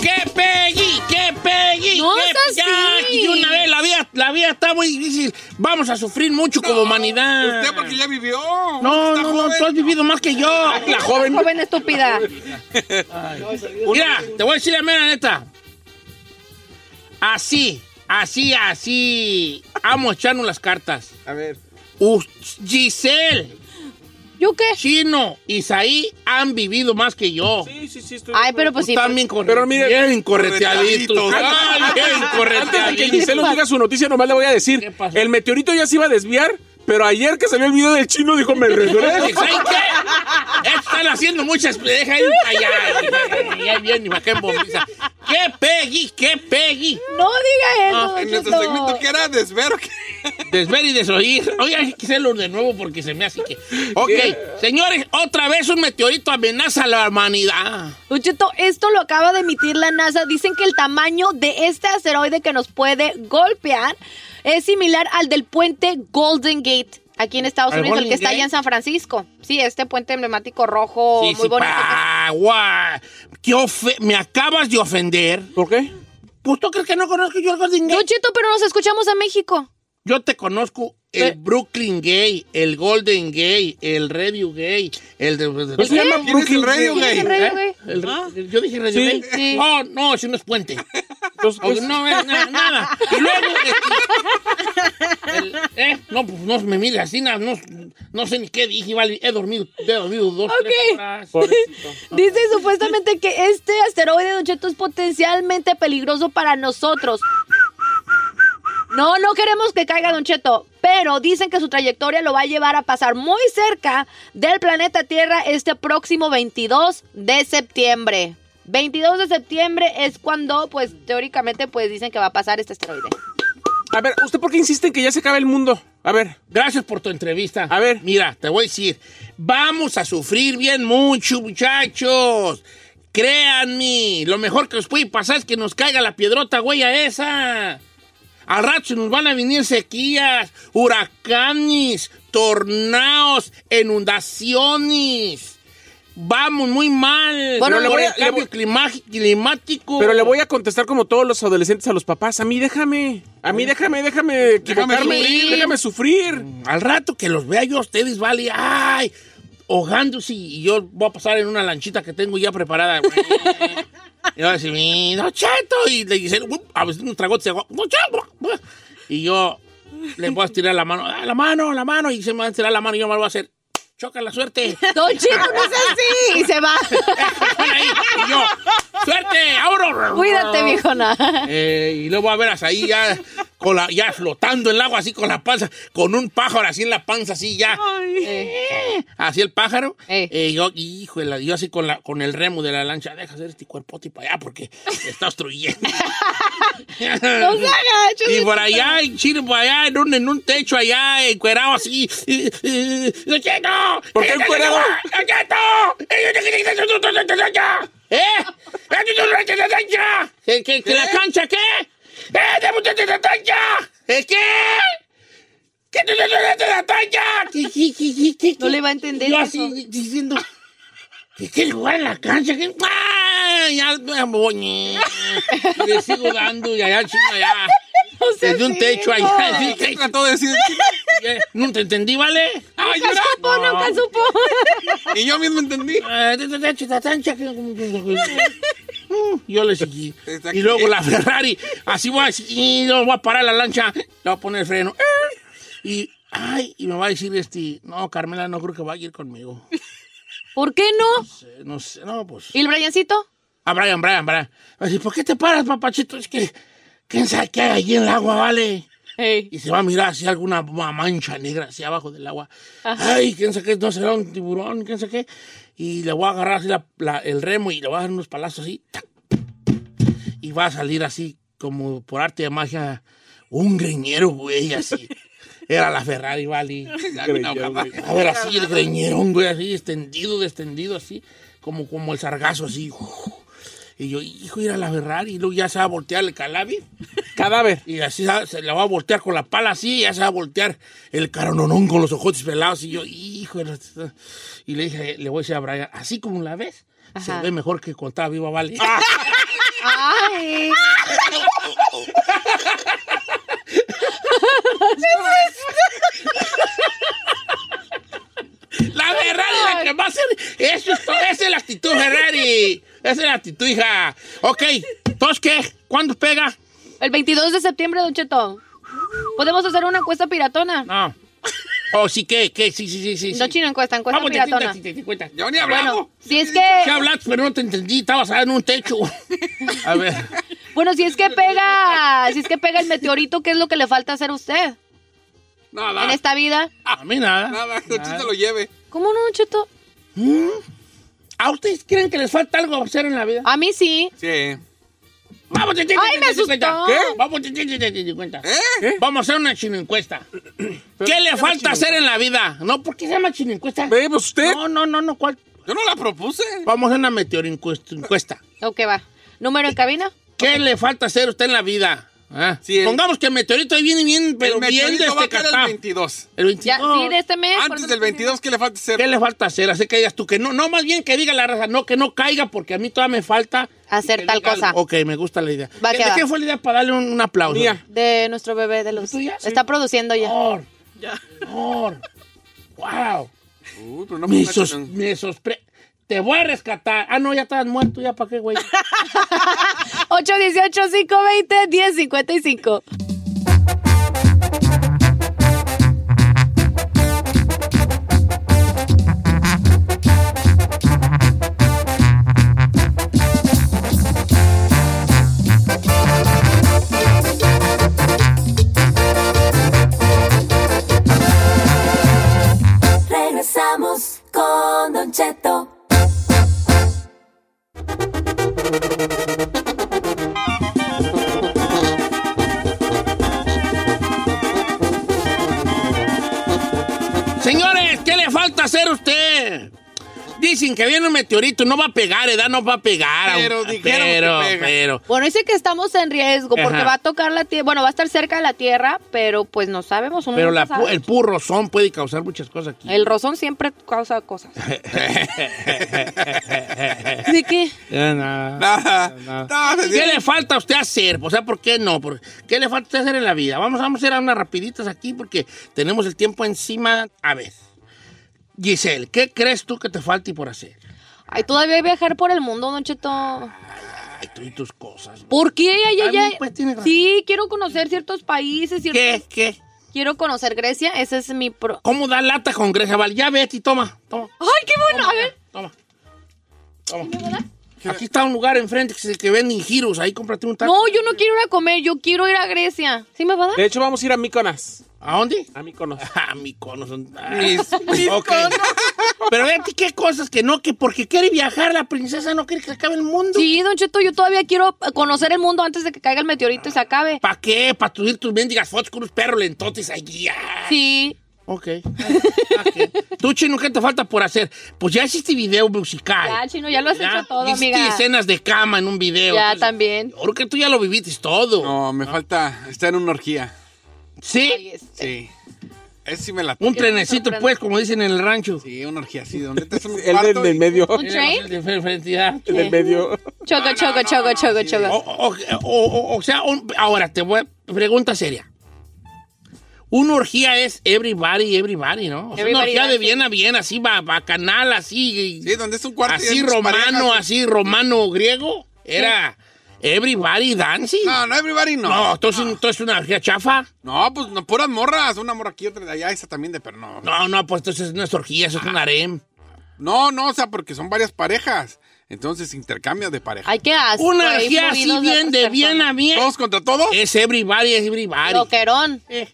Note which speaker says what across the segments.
Speaker 1: ¡Que Peggy! ¡Que Peggy!
Speaker 2: No
Speaker 1: ¡Que-
Speaker 2: es así!
Speaker 1: Ya, aquí una vez la vida, la vida está muy difícil. Vamos a sufrir mucho como humanidad.
Speaker 3: Usted porque ya vivió.
Speaker 1: No, no,
Speaker 3: Está
Speaker 1: no,
Speaker 3: joven.
Speaker 1: tú has vivido más que yo. La joven.
Speaker 2: Joven estúpida.
Speaker 1: Mira, te voy a decir la mera neta. Así, así, así. Vamos a echarnos las cartas.
Speaker 3: A ver.
Speaker 1: Us- Giselle,
Speaker 2: ¿Yo qué?
Speaker 1: Chino, Isaí han vivido más que yo.
Speaker 2: Ay, pero pues sí.
Speaker 1: También
Speaker 4: Pero mire-
Speaker 1: bien correteaditos.
Speaker 3: Correteaditos.
Speaker 1: Ay, bien
Speaker 4: Antes de que
Speaker 1: correteaditos.
Speaker 4: Giselle nos diga su noticia, nomás le voy a
Speaker 1: ¿Qué
Speaker 4: decir,
Speaker 1: pasó?
Speaker 4: el meteorito ya se iba a desviar, pero ayer que salió el video del chino dijo, me regreso.
Speaker 1: ¿Sabes qué? Están haciendo muchas. Deja ir para allá. Y ahí viene, y va que bombiza. ¡Qué Peggy! ¡Qué Peggy!
Speaker 2: No diga eso.
Speaker 1: Ah,
Speaker 2: don
Speaker 3: En nuestro
Speaker 2: Cheto.
Speaker 3: segmento que era desvero. que-
Speaker 1: Desver y desoír. Oiga, hay que hacerlo de nuevo porque se me hace que. Ok, señores, otra vez un meteorito amenaza a la humanidad.
Speaker 2: Don Cheto, esto lo acaba de emitir la NASA. Dicen que el tamaño de este asteroide que nos puede golpear es similar al del puente Golden Gate. Aquí en Estados
Speaker 1: ¿Al
Speaker 2: Unidos, el
Speaker 1: Golden
Speaker 2: que está
Speaker 1: Gate?
Speaker 2: allá en San Francisco. Sí, este puente emblemático rojo,
Speaker 1: Sí,
Speaker 2: Oh, muy
Speaker 1: sí,
Speaker 2: bonito.
Speaker 1: pa, guau. Qué ofe- Me acabas de ofender.
Speaker 4: ¿Por qué?
Speaker 1: Pues tú crees que no conozco yo el Golden Gate.
Speaker 2: Don Cheto, pero nos escuchamos a México.
Speaker 1: Yo te conozco el
Speaker 4: Pe-
Speaker 1: Brooklyn Gay, el Golden Gay, el Radio Gay, el de.
Speaker 4: ¿No Pues se llama
Speaker 3: ¿Quién es el
Speaker 4: Brooklyn?
Speaker 3: radio
Speaker 2: ¿Quién es el
Speaker 3: gay?
Speaker 2: rey, güey?
Speaker 1: ¿Eh? El- el- yo dije Radio
Speaker 4: Ah. Sí.
Speaker 1: Gay.
Speaker 2: Sí.
Speaker 1: Oh, no, si no es puente.
Speaker 4: Entonces,
Speaker 1: O-
Speaker 4: pues,
Speaker 1: no, eh, na- nada. Y luego. este, el- eh, no, pues no me mire así, na- no, no sé ni qué dije, vale. He dormido, he dormido dos, tres
Speaker 2: Ok.
Speaker 1: horas.
Speaker 4: pobrecito.
Speaker 2: Dice supuestamente que este asteroide, Don Cheto, es potencialmente peligroso para nosotros. No, no queremos que caiga Don Cheto, pero dicen que su trayectoria lo va a llevar a pasar muy cerca del planeta Tierra este próximo 22 de septiembre. 22 de septiembre es cuando, pues, teóricamente, pues, dicen que va a pasar este asteroide.
Speaker 4: A ver, ¿usted por qué insiste en que ya se acaba el mundo? A ver,
Speaker 1: Gracias por tu entrevista.
Speaker 4: A ver.
Speaker 1: Mira, te voy a decir. Vamos a sufrir bien mucho, muchachos. Créanme. Lo mejor que nos puede pasar es que nos caiga la piedrota huella esa. Al rato se nos van a venir sequías, huracanes, tornados, inundaciones. Vamos muy mal.
Speaker 2: Bueno,
Speaker 1: Pero
Speaker 4: le
Speaker 1: por
Speaker 4: voy a-
Speaker 1: el cambio
Speaker 4: le voy-
Speaker 1: clima- climático.
Speaker 4: pero le voy a contestar como todos los adolescentes a los papás, a mí déjame, a mí déjame, déjame equivocarme,
Speaker 1: sufrir. Mm,
Speaker 4: déjame sufrir.
Speaker 1: Al rato que los vea yo a ustedes, vale, ay, ahogándose y yo voy a pasar en una lanchita que tengo ya preparada. y va a decir, "Mi, Don Cheto", y le dice, "Uy", a veces unos tragotes de agua, "Don Cheto". y yo le voy a estirar la mano, "Ah, la mano, la mano, y se me va a estirar la mano y yo me lo voy a hacer, choca la suerte.
Speaker 2: Don Cheto, no es así. Y se va.
Speaker 1: Ahí, y yo, suerte, ahora.
Speaker 2: Cuídate, viejona.
Speaker 1: Eh, y luego a ver hasta ahí ya, con la, ya flotando en el agua así con la panza, con un pájaro así en la panza, así ya. Eh, así el pájaro.
Speaker 2: Eh.
Speaker 1: Eh, yo, híjole, yo así con, la, con el remo de la lancha, deja hacer este cuerpote para allá porque me está obstruyendo.
Speaker 2: No se haga,
Speaker 1: Y
Speaker 2: Cheto.
Speaker 1: por allá, en Chile, por allá, en un, en un techo allá, encuerado así. Eh, eh, ¡Don Cheto!
Speaker 4: ¿Por qué encuerado?
Speaker 1: ¡Don Cheto! ¡Eh! ¿Eh? ¿Que, que la cancha qué? ¡Eh! ¡De la cancha! ¿Eh, qué? ¿Qué te de la cancha? ¿Qué, qué, qué, qué, qué, qué?
Speaker 2: No Ah. le va a entender
Speaker 1: Yo
Speaker 2: eso.
Speaker 1: así diciendo... ¿Qué quieres jugar en la cancha? ¿Qué? ¡Ah! Ya me voy. Y le sigo dando y allá, chino, allá.
Speaker 2: No seas
Speaker 1: Desde un techo
Speaker 2: hijo.
Speaker 1: allá, desde un
Speaker 3: ¿Qué
Speaker 1: techo.
Speaker 3: trató de decir?
Speaker 1: Eh, No te entendí, ¿vale?
Speaker 3: ¡Ay,
Speaker 2: Nunca
Speaker 3: llorar!
Speaker 2: supo, nunca supo.
Speaker 3: Y yo mismo entendí.
Speaker 1: Eh, desde el techo, la cancha, que- Mm, Yo le seguí. Y luego la Ferrari, así voy a y no voy a parar la lancha, le voy a poner el freno. Eh, Y, ay, y me va a decir este, no, Carmela, no creo que vaya a ir conmigo.
Speaker 2: ¿Por qué no?
Speaker 1: Eh, No sé, no, pues.
Speaker 2: ¿Y el Briancito?
Speaker 1: A Ah, Brian, Brian, Brian. Va a decir, ¿por qué te paras, papachito? Es que, ¿quién sabe qué hay allí en el agua, vale?
Speaker 2: Ey.
Speaker 1: Y se va a mirar hacia alguna ma- mancha negra hacia abajo del agua. Ay, quién sabe qué, no será un tiburón, quién sabe qué. Y le voy a agarrar así la- la- el remo y le voy a dar unos palazos así. ¡tac! Y va a salir así, como por arte de magia, un greñero, güey, así. Era la Ferrari, vale. A ver, así el greñerón, güey, así, extendido, descendido, así, como, como el sargazo, así. Y yo, hijo, ir a la Ferrari, y luego ya se va a voltear el calabi.
Speaker 4: Cadáver.
Speaker 1: Y así se- se la va a voltear con la pala así, y ya se va a voltear el carononón con los ojos pelados. Y yo, hijo, de la- y le dije, le voy a decir a Brian, así como la ves,
Speaker 2: Ajá.
Speaker 1: se ve mejor que contada viva, vale.
Speaker 2: Ay.
Speaker 1: La Ferrari, la que va a ser. Eso es todo, esa es la actitud, Ferrari. Esa es la actitud, hija. Ok, entonces, ¿qué? ¿Cuándo pega?
Speaker 2: El 22 de septiembre, Don Cheto. ¿Podemos hacer una encuesta piratona?
Speaker 1: No. Oh, sí, ¿qué? ¿Qué? Sí, sí, sí, sí.
Speaker 2: No,
Speaker 1: sí.
Speaker 2: chino, encuesta, encuesta
Speaker 1: Vamos, te
Speaker 2: piratona.
Speaker 1: cuenta, te- te cuenta.
Speaker 3: Yo ni hablamos.
Speaker 2: Bueno, si es
Speaker 3: eh,
Speaker 1: Sí
Speaker 2: que,
Speaker 1: hablaste, pero no te entendí. Estabas en un techo. A ver.
Speaker 2: bueno, si es que pega, si es que pega el meteorito, ¿qué es lo que le falta hacer a usted
Speaker 3: Nada.
Speaker 2: en este- esta vida?
Speaker 1: A mí nada.
Speaker 3: Nada, que el chiste lo lleve.
Speaker 2: ¿Cómo no, Don Cheto?
Speaker 1: ¿Mm? ¿A ustedes creen que les falta algo hacer en la vida?
Speaker 2: A mí sí.
Speaker 3: Sí.
Speaker 1: Vamos, te- te-
Speaker 2: Ay,
Speaker 1: te-
Speaker 2: me
Speaker 1: te- te- te-
Speaker 2: asustó.
Speaker 1: ¿Qué? Vamos, te- te- te- te- te- te- cuenta.
Speaker 3: ¿Eh?
Speaker 1: Vamos a hacer una chinoencuesta. ¿Qué le falta hacer en la vida? No, ¿por qué se llama chinoencuesta?
Speaker 4: Ve, pues usted.
Speaker 1: No, no, no, no, ¿cuál?
Speaker 3: Yo no la propuse.
Speaker 1: Vamos a hacer una meteorencuesta. encuesta.
Speaker 2: Ok, va. ¿Número en cabina?
Speaker 1: ¿Qué le falta hacer a usted en la vida? Ah,
Speaker 3: Sí, el-
Speaker 1: Pongamos que el meteorito ahí viene bien, pero este
Speaker 3: el
Speaker 1: bien
Speaker 3: meteorito va a caer
Speaker 1: destacatado.
Speaker 3: el 22.
Speaker 1: El
Speaker 2: Ya,
Speaker 1: 22.
Speaker 2: sí, de este mes. por
Speaker 3: Antes
Speaker 2: eso
Speaker 3: del
Speaker 2: que-
Speaker 3: 22, ¿qué le
Speaker 1: ¿Qué
Speaker 3: falta hacer?
Speaker 1: le falta hacer? Así que digas tú que no, no, más bien que diga la raza, no, que no caiga porque a mí todavía me falta.
Speaker 2: Hacer
Speaker 1: que
Speaker 2: tal
Speaker 1: diga
Speaker 2: cosa.
Speaker 1: algo. Ok, me gusta la idea.
Speaker 2: Va,
Speaker 1: ¿De
Speaker 2: que va.
Speaker 1: qué fue la idea para darle un, un aplauso?
Speaker 4: Mía.
Speaker 2: De nuestro bebé de luz.
Speaker 1: ¿Tú ya?
Speaker 2: Está produciendo ya.
Speaker 1: Señor, señor. Wow.
Speaker 3: Uy, pero no
Speaker 1: Me,
Speaker 3: pongas-
Speaker 1: sos- me sospre- Te voy a rescatar. Ah, no, ya estás muerto, ya para qué, güey.
Speaker 2: 818-520-1055.
Speaker 5: Regresamos con Don Cheto.
Speaker 1: Señores, ¿qué le falta hacer a usted? Dicen que viene un meteorito, no va a pegar, edad no va a pegar.
Speaker 3: Pero
Speaker 1: aunque-
Speaker 3: dijeron que
Speaker 1: pero,
Speaker 3: pega.
Speaker 1: pero.
Speaker 2: Bueno, dice que estamos en riesgo porque
Speaker 1: Ajá.
Speaker 2: va a tocar la tierra, bueno, va a estar cerca de la tierra, pero pues no sabemos. uno
Speaker 1: Pero
Speaker 2: nunca
Speaker 1: la pu-
Speaker 2: sabe.
Speaker 1: el puro son puede causar muchas cosas aquí.
Speaker 2: el rozón siempre causa cosas. ¿De qué?
Speaker 1: Ya, nada.
Speaker 3: Nada.
Speaker 1: Nada.
Speaker 3: Nada.
Speaker 1: ¿Qué le falta a usted hacer? O sea, ¿por qué no? ¿Por- ¿Qué le falta a usted hacer en la vida? Vamos, vamos a ir a unas rapiditas aquí porque tenemos el tiempo encima. A ver, Giselle, ¿qué crees tú que te falta y por hacer?
Speaker 2: Ay, todavía hay viajar por el mundo, Don Cheto.
Speaker 1: Ay, tú y tus cosas.
Speaker 2: ¿Por qué? Ay, ay,
Speaker 1: También,
Speaker 2: ay.
Speaker 1: pues, tiene razón.
Speaker 2: Sí, quiero conocer ciertos países. Ciertos...
Speaker 1: ¿Qué? ¿Qué?
Speaker 2: Quiero conocer Grecia, ese es mi pro.
Speaker 1: ¿Cómo da lata con Grecia? Vale, ya vete y toma, toma,
Speaker 2: ¡Ay, qué bueno!
Speaker 1: Oh
Speaker 2: A ver.
Speaker 1: toma. Toma. Aquí está un lugar enfrente que, se- que venden giros. Ahí cómprate un taco.
Speaker 2: No, yo no quiero ir a comer, yo quiero ir a Grecia. ¿Sí me va a dar?
Speaker 4: De hecho, vamos a ir a Míconas.
Speaker 1: ¿A dónde?
Speaker 4: A Míconos.
Speaker 1: Ah, mi cono son. Ok. Pero ve a ti qué cosas que no, que porque quiere viajar la princesa no quiere que se acabe el mundo.
Speaker 2: Sí, Don Cheto, yo todavía quiero conocer el mundo antes de que caiga el meteorito y se acabe.
Speaker 1: ¿Para qué? ¿Para subir tus mendigas fotos con unos perros lentotes allí? ah.
Speaker 2: Sí.
Speaker 1: Ok. Ok. Tú, chino, ¿qué te falta por hacer? Pues ya hiciste video musical.
Speaker 2: Ya, chino, ya lo has
Speaker 1: ¿verdad?
Speaker 2: hecho todo,
Speaker 1: Hiciste
Speaker 2: amiga.
Speaker 1: escenas de cama en un video.
Speaker 2: Ya,
Speaker 1: Entonces,
Speaker 2: también.
Speaker 1: yo creo que tú ya lo viviste todo. Ah.
Speaker 3: No, me falta estar en una orgía.
Speaker 1: ¿Sí?
Speaker 2: Ay, este.
Speaker 3: Sí. Ese sí me la
Speaker 1: Un
Speaker 3: toca.
Speaker 1: trenecito,
Speaker 2: sorprende.
Speaker 1: pues, como dicen en el rancho.
Speaker 3: Sí, una orgía así. Donde te un
Speaker 4: El del,
Speaker 3: cuarto
Speaker 4: del
Speaker 3: y-
Speaker 4: medio.
Speaker 2: Un
Speaker 4: El
Speaker 2: train.
Speaker 1: De fe- frente, ah.
Speaker 4: del medio.
Speaker 2: Choco, choco, choco, choco,
Speaker 1: O,
Speaker 2: choco.
Speaker 1: o- o- o- o sea, un- ahora te voy a... Pregunta seria. Una orgía es everybody, everybody, ¿no? O sea, una
Speaker 2: Everybody
Speaker 1: orgía de
Speaker 2: dancing.
Speaker 1: bien a bien, así, ba- bacanal, así. y-
Speaker 3: Sí, donde es un cuarto. y hay
Speaker 1: así
Speaker 3: muchas
Speaker 1: romano,
Speaker 3: parejas.
Speaker 1: así romano griego. Era everybody dancing.
Speaker 3: No, no, everybody no.
Speaker 1: No, entonces, entonces una orgía chafa.
Speaker 3: No, pues no, puras morras. Una morra aquí, otra de allá, esa también de, pero no. no.
Speaker 1: No, no, pues entonces no es orgía, eso es un harem.
Speaker 3: No, o sea, porque son varias parejas. Entonces intercambias de parejas.
Speaker 2: Hay que hacer.
Speaker 1: Una orgía así bien, de bien a bien.
Speaker 3: ¿Todos contra todos?
Speaker 1: Es everybody, es everybody.
Speaker 2: Loquerón.
Speaker 1: Eh,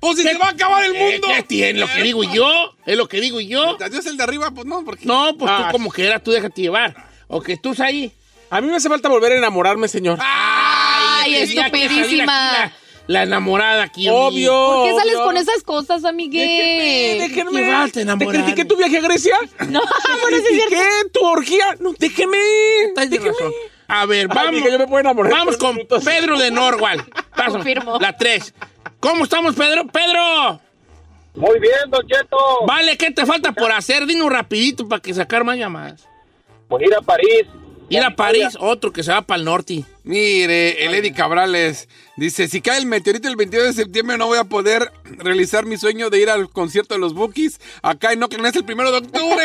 Speaker 3: Pues si
Speaker 1: ¿Qué-
Speaker 3: se va a acabar el
Speaker 1: eh,
Speaker 3: mundo.
Speaker 1: ¿Qué tiene? Lo que digo yo, es lo que digo yo.
Speaker 3: Adiós el de arriba, pues no, porque.
Speaker 1: No, pues
Speaker 4: Ah.
Speaker 1: tú como que era, tú déjate llevar. O que tú ahí.
Speaker 4: A mí me hace falta volver a enamorarme, señor.
Speaker 3: Ah,
Speaker 2: Ay,
Speaker 1: es que tenía que salir
Speaker 2: estupidísima.
Speaker 1: aquí La, la enamorada aquí.
Speaker 4: Obvio.
Speaker 2: ¿Por qué sales
Speaker 4: obvio.
Speaker 2: con esas cosas,
Speaker 4: Déjenme,
Speaker 2: amiguel?
Speaker 4: déjenme.
Speaker 1: Qué falta
Speaker 4: ¿Te
Speaker 1: enamorarme.
Speaker 4: critiqué tu viaje a Grecia?
Speaker 2: No, por eso es cierto.
Speaker 4: ¿Qué? ¿Tu orgía? No, déjeme.
Speaker 1: Tienes
Speaker 4: déjeme.
Speaker 1: razón. A ver,
Speaker 4: Ay,
Speaker 1: vamos.
Speaker 4: dije, yo me puedo enamorar en
Speaker 1: vamos
Speaker 4: tres
Speaker 1: con
Speaker 4: minutos.
Speaker 1: Pedro de Norwal. Paso,
Speaker 2: Confirmo.
Speaker 1: La 3. ¿Cómo estamos, Pedro? ¡Pedro!
Speaker 6: Muy bien, Don Cheto.
Speaker 1: Vale, ¿qué te falta por hacer? Dinos rapidito para que sacar más llamadas.
Speaker 6: Pues ir a París.
Speaker 1: Ir a París, otro que se va para el norte.
Speaker 3: Mire, el Eddie Cabrales dice: Si cae el meteorito el 22 de septiembre, no voy a poder realizar mi sueño de ir al concierto de los Bookies acá en Oakland, es el primero de octubre.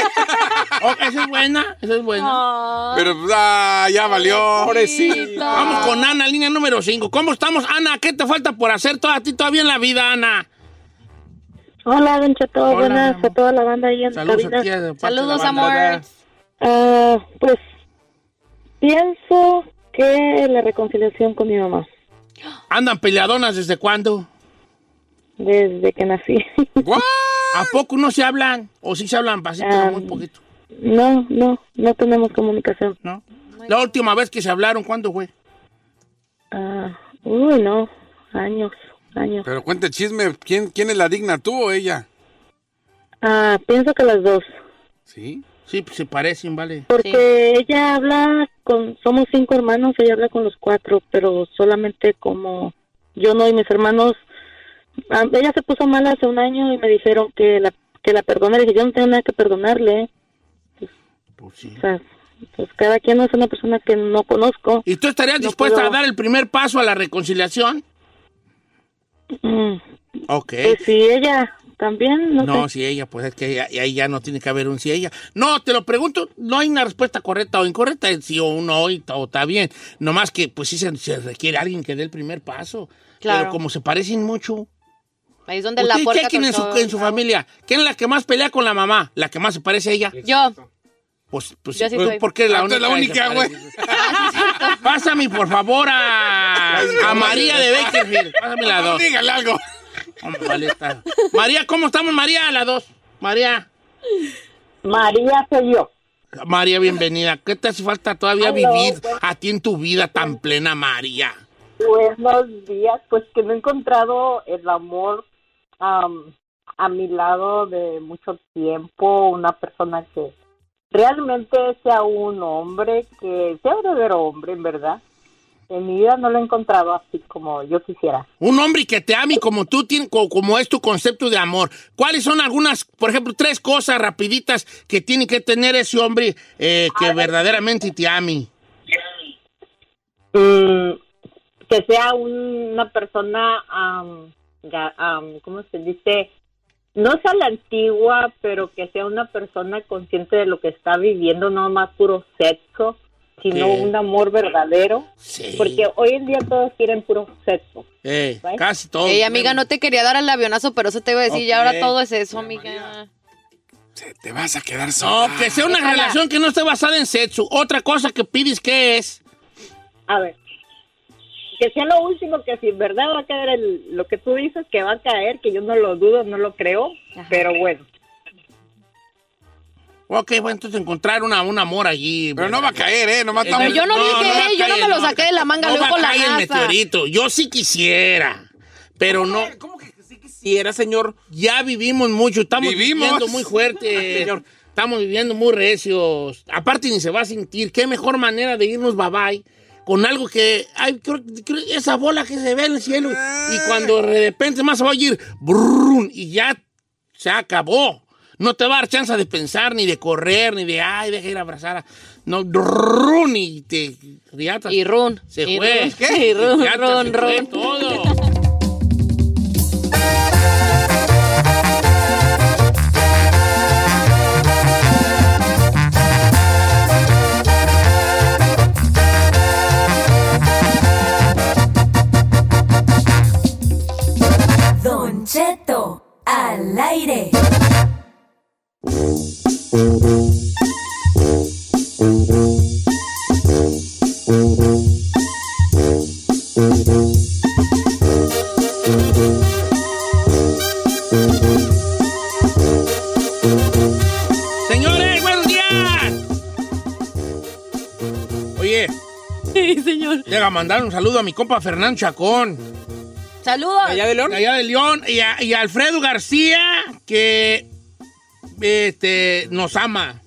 Speaker 1: Oh, esa es buena, esa es buena.
Speaker 3: Pero pues, ah, ya valió.
Speaker 4: Pobrecita.
Speaker 1: Vamos con Ana, línea número 5. ¿Cómo estamos, Ana? ¿Qué te falta por hacer toda a ti todavía en la vida, Ana?
Speaker 7: Hola, Don Cheto.
Speaker 1: Hola, mi
Speaker 7: Buenas
Speaker 1: amor.
Speaker 7: a toda la banda ahí en
Speaker 1: Saludos
Speaker 7: cabina.
Speaker 1: a ti. de parte
Speaker 2: Saludos,
Speaker 1: de la banda.
Speaker 2: amor.
Speaker 7: Ah, pues pienso que la reconciliación con mi mamá
Speaker 1: ¿Andan peleadonas desde cuándo?
Speaker 7: desde que nací.
Speaker 3: ¿What?
Speaker 1: ¿A poco no se hablan? ¿O sí se hablan pasito, pero muy
Speaker 7: Ah.
Speaker 1: poquito?
Speaker 7: no, no, no tenemos comunicación.
Speaker 1: ¿No? La última vez que se hablaron, ¿cuándo fue?
Speaker 7: Ah, uy, no, años, años.
Speaker 3: Pero cuente el chisme, ¿quién, ¿quién es la digna, tú o ella?
Speaker 7: Ah, pienso que las dos,
Speaker 3: Sí.
Speaker 1: Sí, pues se parecen, ¿vale?
Speaker 7: porque ella habla con, somos cinco hermanos, ella habla con los cuatro, pero solamente como yo no y mis hermanos. ah, ella se puso mal hace un año y me dijeron que la que la perdonara. Y dije, yo no tengo nada que perdonarle.
Speaker 1: Pues sí.
Speaker 7: O sea, pues cada quien es una persona que no conozco.
Speaker 1: ¿Y tú estarías
Speaker 7: No
Speaker 1: dispuesta
Speaker 7: puedo.
Speaker 1: a dar el primer paso a la reconciliación?
Speaker 7: Mm,
Speaker 1: Ok.
Speaker 7: Pues si ella también, no,
Speaker 1: No,
Speaker 7: sé.
Speaker 1: si ella, pues es que ahí- ahí ya no tiene que haber un si ella. No, te lo pregunto, no hay una respuesta correcta o incorrecta, el sí o un no, y ta- o está bien. Nomás que, pues sí se, se requiere alguien que dé el primer paso.
Speaker 2: Claro.
Speaker 1: Pero como se parecen mucho.
Speaker 2: Ahí es donde la
Speaker 1: ¿Usted
Speaker 2: puerta.
Speaker 1: qué quién en su, en su familia? ¿Quién es la que más pelea con la mamá? ¿La que más se parece a ella?
Speaker 2: Yo.
Speaker 1: Pues, pues
Speaker 2: Yo sí
Speaker 1: pues,
Speaker 2: soy.
Speaker 1: porque es la
Speaker 3: Ah, tú
Speaker 1: única.
Speaker 3: eres la única,
Speaker 1: que se parece. Pásame, por favor, a, a María de Bakerfield. Pásame la dos.
Speaker 3: Dígale algo.
Speaker 1: Hombre, vale, está. María, ¿cómo estamos, María? La dos. María.
Speaker 7: María soy yo.
Speaker 1: María, bienvenida. ¿Qué te hace falta todavía
Speaker 7: Hello,
Speaker 1: vivir
Speaker 7: bueno.
Speaker 1: a ti en tu vida tan plena, María?
Speaker 7: Buenos días, pues que no he encontrado el amor am, a mi lado de mucho tiempo, una persona que realmente sea un hombre, que sea un verdadero hombre, en verdad. En mi vida no lo he encontrado así como yo quisiera.
Speaker 1: Un hombre que te ame como tú, tien- co- como es tu concepto de amor. ¿Cuáles son algunas, por ejemplo, tres cosas rapiditas que tiene que tener ese hombre eh, que verdaderamente te ame?
Speaker 7: Mm, que sea un- una persona, am, ga- am, ¿cómo se dice? No sea la antigua, pero que sea una persona consciente de lo que está viviendo, no más puro sexo, sino
Speaker 1: Sí.
Speaker 7: un amor verdadero,
Speaker 1: Sí.
Speaker 7: porque hoy en día todos quieren puro sexo.
Speaker 1: Eh,
Speaker 7: ¿Vale?
Speaker 1: casi todo.
Speaker 2: Ey, amiga, no te quería dar el avionazo, pero eso te iba a decir. Y ahora
Speaker 1: Ok.
Speaker 2: todo es eso, amiga.
Speaker 3: Se- te vas a quedar
Speaker 1: No,
Speaker 3: sola.
Speaker 1: que sea una
Speaker 2: Déjala.
Speaker 1: relación que no esté basada en sexo. Otra cosa que pides, ¿qué es?
Speaker 7: A ver, que sea lo último, que si en verdad va a caer el- lo que tú dices que va a caer, que yo no lo dudo, no lo creo,
Speaker 2: Ajá.
Speaker 7: pero bueno.
Speaker 1: Ok, bueno, entonces encontrar una, un amor allí.
Speaker 3: Pero no
Speaker 1: ¿verdad?
Speaker 3: va a caer, ¿eh? Nomás
Speaker 1: Pero
Speaker 3: estamos...
Speaker 2: yo no dije, ¿eh?
Speaker 1: va a
Speaker 2: yo no me lo
Speaker 1: va a
Speaker 2: saqué de la manga,
Speaker 1: no
Speaker 2: luego
Speaker 1: va a
Speaker 2: con la
Speaker 1: caer el
Speaker 2: NASA.
Speaker 1: meteorito. Yo sí quisiera, pero no.
Speaker 4: ¿Cómo que sí quisiera, señor?
Speaker 1: Ya vivimos mucho, estamos
Speaker 3: Vivimos.
Speaker 1: viviendo muy fuerte, señor. Estamos viviendo muy recios. Aparte ni se va a sentir. Qué mejor manera de irnos bye bye con algo que. Ay, creo, creo- esa bola que se ve en el cielo.
Speaker 4: Eh.
Speaker 1: Y cuando de repente más se va a ir. brrrun, y ya se acabó. No te va a dar chance de pensar, ni de correr, ni de. Ay, deja ir a abrazar. a-". No, brrrun, y te. riatas.
Speaker 2: Y run.
Speaker 1: Se
Speaker 2: y
Speaker 1: fue.
Speaker 2: run, Y run,
Speaker 1: Ya te-
Speaker 2: run,
Speaker 1: se fue
Speaker 2: run.
Speaker 1: todo.
Speaker 5: Don Cheto, al aire.
Speaker 1: Señores, buenos días. Oye,
Speaker 2: Sí, señor.
Speaker 1: llega a mandar un saludo a mi compa Fernando Chacón.
Speaker 2: Saludos.
Speaker 4: ¿Allá de León?
Speaker 1: de allá de León y, a- y a Alfredo García que este, nos ama.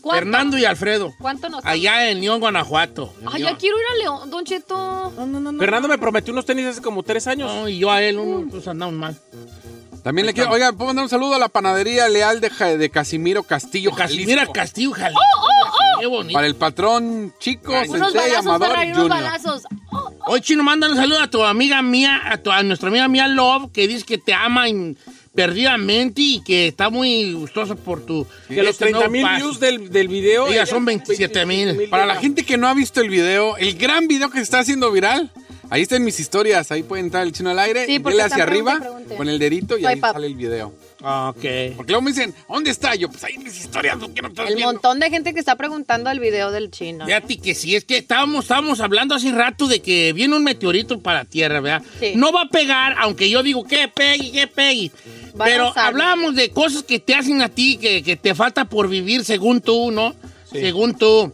Speaker 2: ¿Cuánto?
Speaker 1: Fernando y Alfredo.
Speaker 2: ¿Cuánto nos
Speaker 1: Allá en León, Guanajuato. En
Speaker 2: Ay,
Speaker 1: León.
Speaker 2: ya quiero ir a León, Don Cheto.
Speaker 4: Fernando me prometió unos tenis hace como tres años.
Speaker 1: No, y yo a él, uno, pues andamos mal.
Speaker 2: Mm.
Speaker 3: También le quiero. Oiga, ¿puedo mandar un saludo a la panadería leal de, Ja- de Casimiro Castillo? Jalisco?
Speaker 1: Mira Castillo, Jalisco. Qué bonito.
Speaker 3: Para el patrón Chico,
Speaker 1: Unos
Speaker 2: Oh, Unos
Speaker 3: Sensei
Speaker 2: balazos,
Speaker 3: Amador
Speaker 2: Ferrari, unos
Speaker 3: Jr.
Speaker 2: balazos. Oh,
Speaker 1: Oye, Chino, mándale un saludo a tu amiga mía, a, tu- a nuestra amiga mía Love, que dice que te ama in- perdidamente y que está muy gustosa por tu...
Speaker 4: De los
Speaker 1: este nuevo
Speaker 4: 30 mil
Speaker 1: paso.
Speaker 4: views del, del video.
Speaker 1: Oiga,
Speaker 4: ella-
Speaker 1: son 27 mil.
Speaker 3: Para la gente que no ha visto el video, el gran video que se está haciendo viral, ahí está en mis historias, ahí pueden entrar el chino al aire,
Speaker 2: Sí,
Speaker 3: y
Speaker 2: porque
Speaker 3: dele hacia
Speaker 2: están pregunte,
Speaker 3: arriba
Speaker 2: pregunte.
Speaker 3: con el dedito y ahí
Speaker 2: Swipe up.
Speaker 3: sale el video.
Speaker 1: Ok.
Speaker 3: Porque luego me dicen, ¿dónde está? Yo, pues ahí en mis historias, ¿por qué no estás
Speaker 2: El
Speaker 3: viendo?
Speaker 2: montón de gente que está preguntando el video del chino.
Speaker 1: Fíjate que sí, es que estábamos, estábamos hablando hace rato de que viene un meteorito para la Tierra, ¿verdad?
Speaker 2: Sí.
Speaker 1: No va a pegar, aunque yo digo que pegue, que pegue.
Speaker 2: Va a
Speaker 1: Pero
Speaker 2: lanzar.
Speaker 1: hablábamos de cosas que te hacen a ti, que, que te falta por vivir según tú, ¿no? Según tú.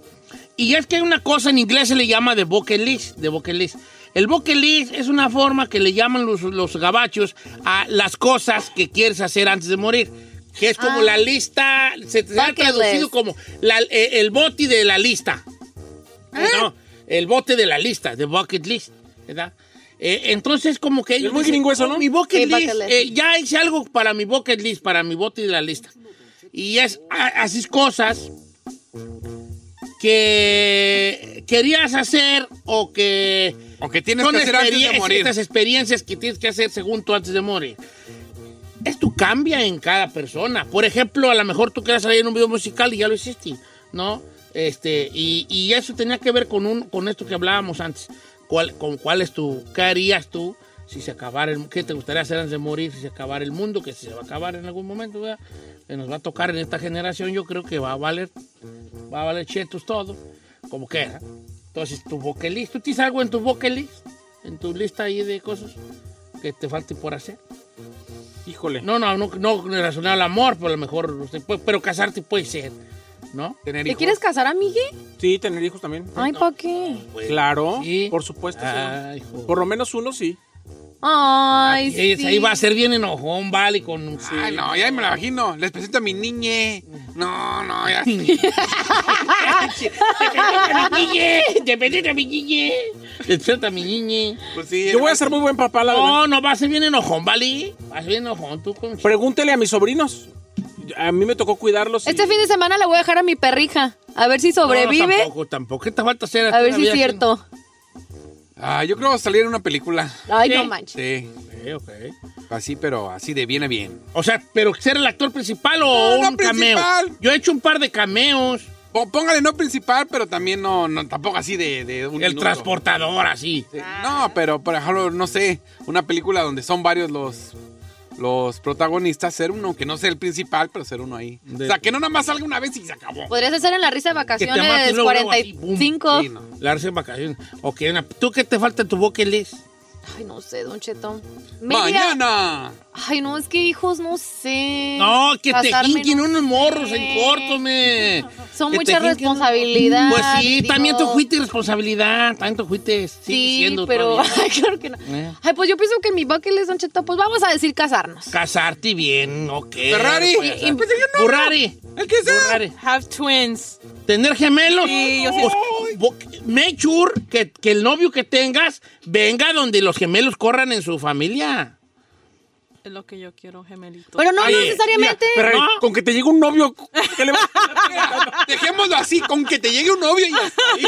Speaker 1: Y es que hay una cosa en inglés se le llama de bucket list, de bucket list. El bucket list es una forma que le llaman los, los gabachos a las cosas que quieres hacer antes de morir. Que es como
Speaker 2: Ah.
Speaker 1: la lista, se te ha
Speaker 2: Bucket
Speaker 1: traducido
Speaker 2: list.
Speaker 1: como la- eh, el boti de la lista.
Speaker 2: Ah.
Speaker 1: No, el bote de la lista, de bucket list, ¿verdad? Eh, entonces, como que... ellos
Speaker 4: muy
Speaker 1: dicen,
Speaker 4: gringo eso,
Speaker 1: "Oh,
Speaker 4: ¿no?
Speaker 1: Mi bucket
Speaker 2: Sí,
Speaker 1: list,
Speaker 2: bucket list.
Speaker 1: eh, ya hice algo para mi bucket list, para mi bote de la lista. Y es a- así cosas que querías hacer o que...
Speaker 3: O que tienes
Speaker 1: son
Speaker 3: que hacer antes de
Speaker 1: experien-
Speaker 3: morir.
Speaker 1: Estas experiencias que tienes que hacer según tú antes de morir. Esto cambia en cada persona. Por ejemplo, a lo mejor tú querías salir en un video musical y ya lo hiciste, ¿no? Este, y, y eso tenía que ver con, un, con esto que hablábamos antes. ¿Cuál, ¿Con cuál es tu, qué harías tú si se acabara el qué te gustaría hacer antes de morir, si se acabara el mundo, que se va a acabar en algún momento, ¿verdad? Que nos va a tocar en esta generación, yo creo que va a valer, va a valer chetos todo, como quiera. Entonces, tu bucket list, ¿tú tienes algo en tu bucket list? En tu lista ahí de cosas que te falte por hacer.
Speaker 4: Híjole.
Speaker 1: No, no, no, no relacionado al amor, pero a lo mejor, no sé, pues, pero casarte puede ser, ¿no?
Speaker 3: Tener
Speaker 2: ¿Te
Speaker 3: hijos.
Speaker 2: quieres casar, amigue?
Speaker 4: Sí, tener hijos también.
Speaker 2: Ay, ¿para qué?
Speaker 1: Pues,
Speaker 4: Claro,
Speaker 1: sí.
Speaker 4: por supuesto. sí.
Speaker 1: Ay, hijo.
Speaker 4: Por lo menos uno sí.
Speaker 2: Ay,
Speaker 1: Ahí-
Speaker 2: sí.
Speaker 1: Ahí va a ser bien enojón, vale, con...
Speaker 3: Ay, no, ya me lo imagino. Les presento a mi niñe. No, no, ya.
Speaker 1: ¡Depende mi niñe! ¡Depende mi niñe! ¡Despierta mi niñe!
Speaker 3: Pues sí,
Speaker 4: Yo voy a ser muy buen papá, la verdad.
Speaker 1: No, no, va a ser bien enojón, vale. Va a ser bien enojón, tú con...
Speaker 4: Pregúntele a mis sobrinos. A mí me tocó cuidarlos. y-
Speaker 2: Este fin de semana le voy a dejar a mi perrija. A ver si
Speaker 1: No,
Speaker 2: sobrevive.
Speaker 1: tampoco, tampoco. ¿Qué te falta hacer?
Speaker 2: a ver si es
Speaker 1: todavía?
Speaker 2: cierto.
Speaker 3: Ah, yo creo salir en una película.
Speaker 2: Ay,
Speaker 1: Sí.
Speaker 2: no manches.
Speaker 3: Sí,
Speaker 1: Ok, ok.
Speaker 3: así, pero así de bien a bien.
Speaker 1: O sea, pero ser el actor principal o
Speaker 3: no
Speaker 1: un cameo.
Speaker 3: principal.
Speaker 1: Yo he hecho un par de cameos.
Speaker 3: O póngale no principal, pero también no, no tampoco así de, de un
Speaker 1: el
Speaker 3: minuto.
Speaker 1: transportador, así.
Speaker 3: Sí. No, pero por ejemplo, no sé, una película donde son varios los los protagonistas, ser uno, que no sea el principal, pero ser uno ahí.
Speaker 1: De- Pues-
Speaker 3: O sea, que no nada más salga una vez y se acabó.
Speaker 2: Podrías hacer en la risa de
Speaker 1: mate
Speaker 2: vacaciones
Speaker 1: luego, luego, así, boom.
Speaker 2: 45.
Speaker 3: Sí, no.
Speaker 1: La en vacaciones. Ok, una- ¿tú qué te falta en tu bucket list?
Speaker 2: Ay, no sé, Don Cheto. Media-
Speaker 3: ¡Mañana!
Speaker 2: Ay, no, es que hijos, no sé.
Speaker 1: No, que te
Speaker 2: Casarme,
Speaker 1: jinquen
Speaker 2: no
Speaker 1: unos morros
Speaker 2: sé.
Speaker 1: en corto, me.
Speaker 2: Son
Speaker 1: Que te
Speaker 2: muchas
Speaker 1: jinquen-
Speaker 2: responsabilidades.
Speaker 1: Pues sí,
Speaker 2: digo.
Speaker 1: también tu juiste responsabilidad. También tu juiste.
Speaker 2: Sí, pero ay, claro que no.
Speaker 1: Eh.
Speaker 2: Ay, pues yo pienso que en mi bucket list, Don Cheto, pues vamos a decir casarnos.
Speaker 1: Casarte bien, ok.
Speaker 3: Ferrari.
Speaker 1: Pues,
Speaker 3: Y- y- pues, yo no.
Speaker 1: Ferrari.
Speaker 3: El que sea.
Speaker 1: Ferrari.
Speaker 8: Have twins.
Speaker 1: ¿Tener gemelos?
Speaker 8: Sí, yo sí.
Speaker 1: Pues, bo- make sure que, que el novio que tengas venga donde los gemelos corran en su familia.
Speaker 8: Es lo que yo quiero, gemelito.
Speaker 2: Pero no,
Speaker 1: Ay,
Speaker 2: no
Speaker 1: mira,
Speaker 2: necesariamente.
Speaker 4: Pero
Speaker 1: ¿No?
Speaker 4: con que te llegue un novio, ¿qué le va
Speaker 3: Dejémoslo así, con que te llegue un novio y hasta ahí.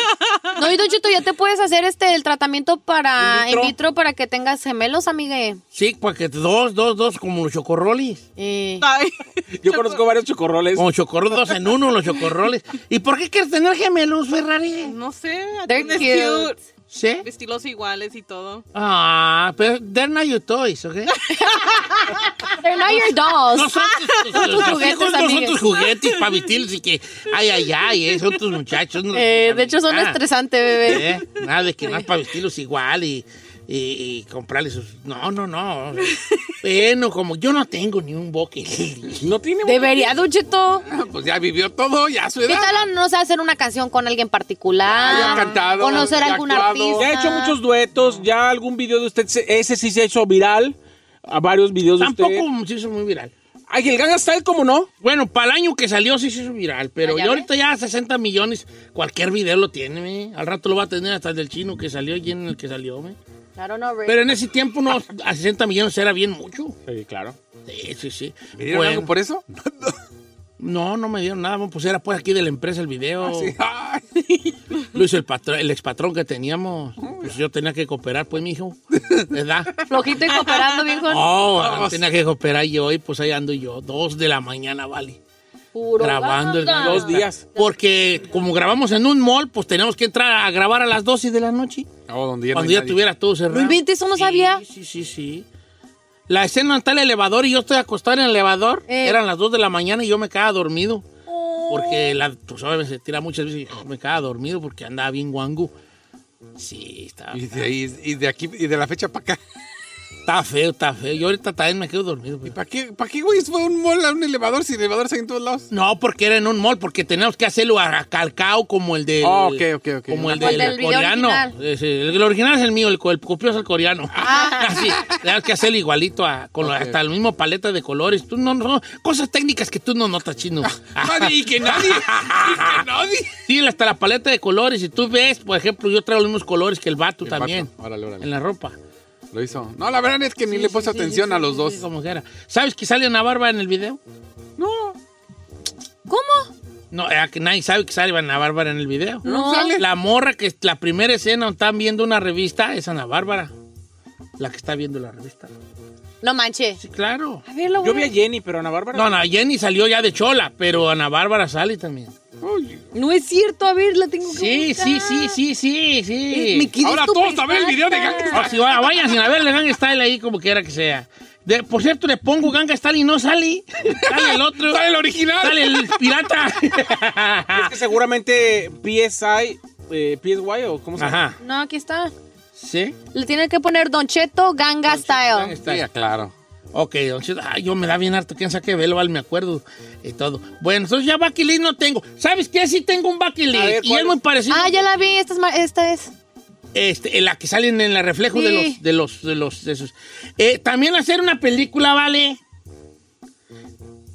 Speaker 2: No, y Don Cheto, ya te puedes hacer este el tratamiento para
Speaker 1: In vitro.
Speaker 2: in vitro para que tengas gemelos, amigue.
Speaker 1: Sí, porque dos, dos, dos, como los chocorrolis.
Speaker 2: Eh,
Speaker 8: Ay,
Speaker 4: Yo conozco varios chocorroles.
Speaker 1: Como chocorroles, dos en uno, los chocorroles. ¿Y por qué quieres tener gemelos, Ferrari?
Speaker 8: no sé.
Speaker 2: They're
Speaker 8: tienes
Speaker 2: cute.
Speaker 1: ¿Sí?
Speaker 8: Estilos iguales y todo.
Speaker 1: Ah, pero they're not your toys, ¿ok?
Speaker 2: they're not your
Speaker 1: No
Speaker 2: dolls.
Speaker 1: son tus, tus- tus
Speaker 2: juguetes,
Speaker 1: hijos, no son
Speaker 2: amigues.
Speaker 1: tus juguetes para vestirlos y que, ay, ay, ay, eh, son tus muchachos. no-
Speaker 2: Eh, de hecho, son
Speaker 1: Ah.
Speaker 2: estresantes, bebé.
Speaker 1: ¿Eh? Nada de que más para vestirlos igual y, y- y comprarles sus... No, no, no. Bueno, como yo no tengo ni un boque.
Speaker 4: No tiene
Speaker 2: Debería, Don Cheto.
Speaker 3: Pues ya vivió todo, ya a su
Speaker 2: ¿Qué
Speaker 3: edad.
Speaker 2: tal, no sé, hacer una canción con alguien particular?
Speaker 3: Ah, ya cantado,
Speaker 2: Conocer
Speaker 3: ya
Speaker 2: a algún
Speaker 3: actuado.
Speaker 2: artista.
Speaker 4: Ya ha hecho muchos duetos, ya algún video de usted, se- ese sí se ha hecho viral. A varios videos de usted.
Speaker 1: Tampoco se hizo muy viral.
Speaker 4: Ay, el Gaga Style, ¿cómo no?
Speaker 1: Bueno, para el año que salió sí se hizo viral, pero
Speaker 2: Ah,
Speaker 1: ya
Speaker 2: ya ve.
Speaker 1: ahorita ya 60 millones, cualquier video lo tiene, ¿me? al rato lo va a tener hasta el del chino que salió y en el que salió. ¿me?
Speaker 2: I don't know, Rick.
Speaker 1: Pero en ese tiempo no, a 60 millones era bien mucho.
Speaker 4: Sí, claro.
Speaker 1: Sí, sí, sí.
Speaker 3: ¿Me dieron
Speaker 1: Bueno,
Speaker 3: algo por eso?
Speaker 1: No, no me dieron nada, pues era pues aquí de la empresa el video.
Speaker 3: Ah, Sí. Ay,
Speaker 1: Lo hizo el, patrón, el expatrón que teníamos. Pues yo tenía que cooperar, pues, mijo. ¿Verdad?
Speaker 2: Flojito y cooperando, viejo.
Speaker 1: Oh,
Speaker 3: Ah,
Speaker 1: tenía que cooperar yo y pues ahí ando yo. Dos de la mañana, vale.
Speaker 2: Puro
Speaker 1: grabando el
Speaker 2: gata.
Speaker 4: Dos días.
Speaker 1: Porque como grabamos en un mall, pues teníamos que entrar a grabar a las 12 de la noche.
Speaker 3: Oh, donde ya no
Speaker 1: cuando
Speaker 3: hay
Speaker 1: ya
Speaker 3: nadie.
Speaker 1: tuviera todo cerrado.
Speaker 2: No inventes, eso no
Speaker 1: Sí,
Speaker 2: sabía.
Speaker 1: Sí, sí, sí. La escena está el elevador y yo estoy acostado en el elevador.
Speaker 2: Eh.
Speaker 1: Eran las 2 de la mañana y yo me quedaba dormido. Porque la, pues obviamente se tira muchas veces y me quedaba dormido porque andaba bien guango. Sí, estaba.
Speaker 3: Y de, ahí, y de aquí, y de la fecha para acá.
Speaker 1: Está feo, está feo. Yo ahorita también me quedo dormido.
Speaker 3: ¿Y
Speaker 1: pues.
Speaker 3: para qué, para qué, güey? Fue un mall a un elevador, si elevadores hay en todos lados.
Speaker 1: No, porque era en un mall, porque teníamos que hacerlo a calcao como el de.
Speaker 3: Ah, ok, ok, ok.
Speaker 1: Como el
Speaker 2: Como
Speaker 1: del
Speaker 2: el del video
Speaker 1: coreano.
Speaker 2: original.
Speaker 1: Eh, sí, el, el original es el mío, el, co- el copioso es el coreano. Así, teníamos que hacerlo igualito, a, con lo- hasta el mismo paleta de colores. Tú no, no, cosas técnicas que tú no notas, chino.
Speaker 3: Nadie, y que nadie, y que nadie.
Speaker 1: Sí, hasta la paleta de colores. Si tú ves, por ejemplo, yo traigo los mismos colores que el vato
Speaker 3: El
Speaker 1: también.
Speaker 3: vato. Órale, órale.
Speaker 1: En la ropa.
Speaker 3: Lo hizo. No, la verdad es que ni le puse atención a los dos.
Speaker 1: Sí, como que era. ¿Sabes que sale una barba en el video?
Speaker 2: ¿Cómo?
Speaker 1: No, eh, que nadie sabe que sale Ana Bárbara en el video.
Speaker 2: No.
Speaker 1: La morra que es la primera escena donde están viendo una revista es Ana Bárbara. La que está viendo la revista.
Speaker 2: No manche.
Speaker 1: Sí, claro.
Speaker 2: A ver, lo
Speaker 4: Yo
Speaker 2: voy
Speaker 4: vi
Speaker 2: a-
Speaker 4: a Jenny, pero Ana Bárbara.
Speaker 1: No, no, Jenny salió ya de chola, pero Ana Bárbara sale también.
Speaker 2: No es cierto, a ver, la tengo que
Speaker 1: Sí,
Speaker 2: buscar. Eh,
Speaker 1: sí, sí, sí, sí, sí.
Speaker 2: Me quedé
Speaker 3: Ahora Ah, todos a ver el video de
Speaker 2: estupefacta.
Speaker 1: Ah, sí, ahora vayan sin haber el Gang Style ahí como quiera que sea. De- por cierto, le pongo Gang Style y no sale. Sale el otro.
Speaker 3: Sale el original.
Speaker 1: Sale el pirata.
Speaker 4: Es que seguramente PSI, eh, PSY o cómo se llama.
Speaker 1: Ajá.
Speaker 2: No, aquí está.
Speaker 1: ¿Sí?
Speaker 2: Le tiene que poner Don Cheto Ganga Style.
Speaker 1: Gang Style.
Speaker 3: Sí, claro.
Speaker 1: Ok, don Cheto. Ay, yo me da bien harto. ¿Quién saque velo? Val, me acuerdo y todo. Bueno, entonces ya Baquilit no tengo. ¿Sabes qué? Sí tengo un
Speaker 4: A
Speaker 1: Baquilit.
Speaker 4: ver,
Speaker 1: Y
Speaker 4: ¿cuál
Speaker 1: es muy parecido.
Speaker 2: Ah, ya la vi, esta es. ma- Esta es.
Speaker 1: Este, en la que salen en el reflejo de
Speaker 2: Sí.
Speaker 1: los, de los, de los, de esos. Eh, también hacer una película, ¿vale?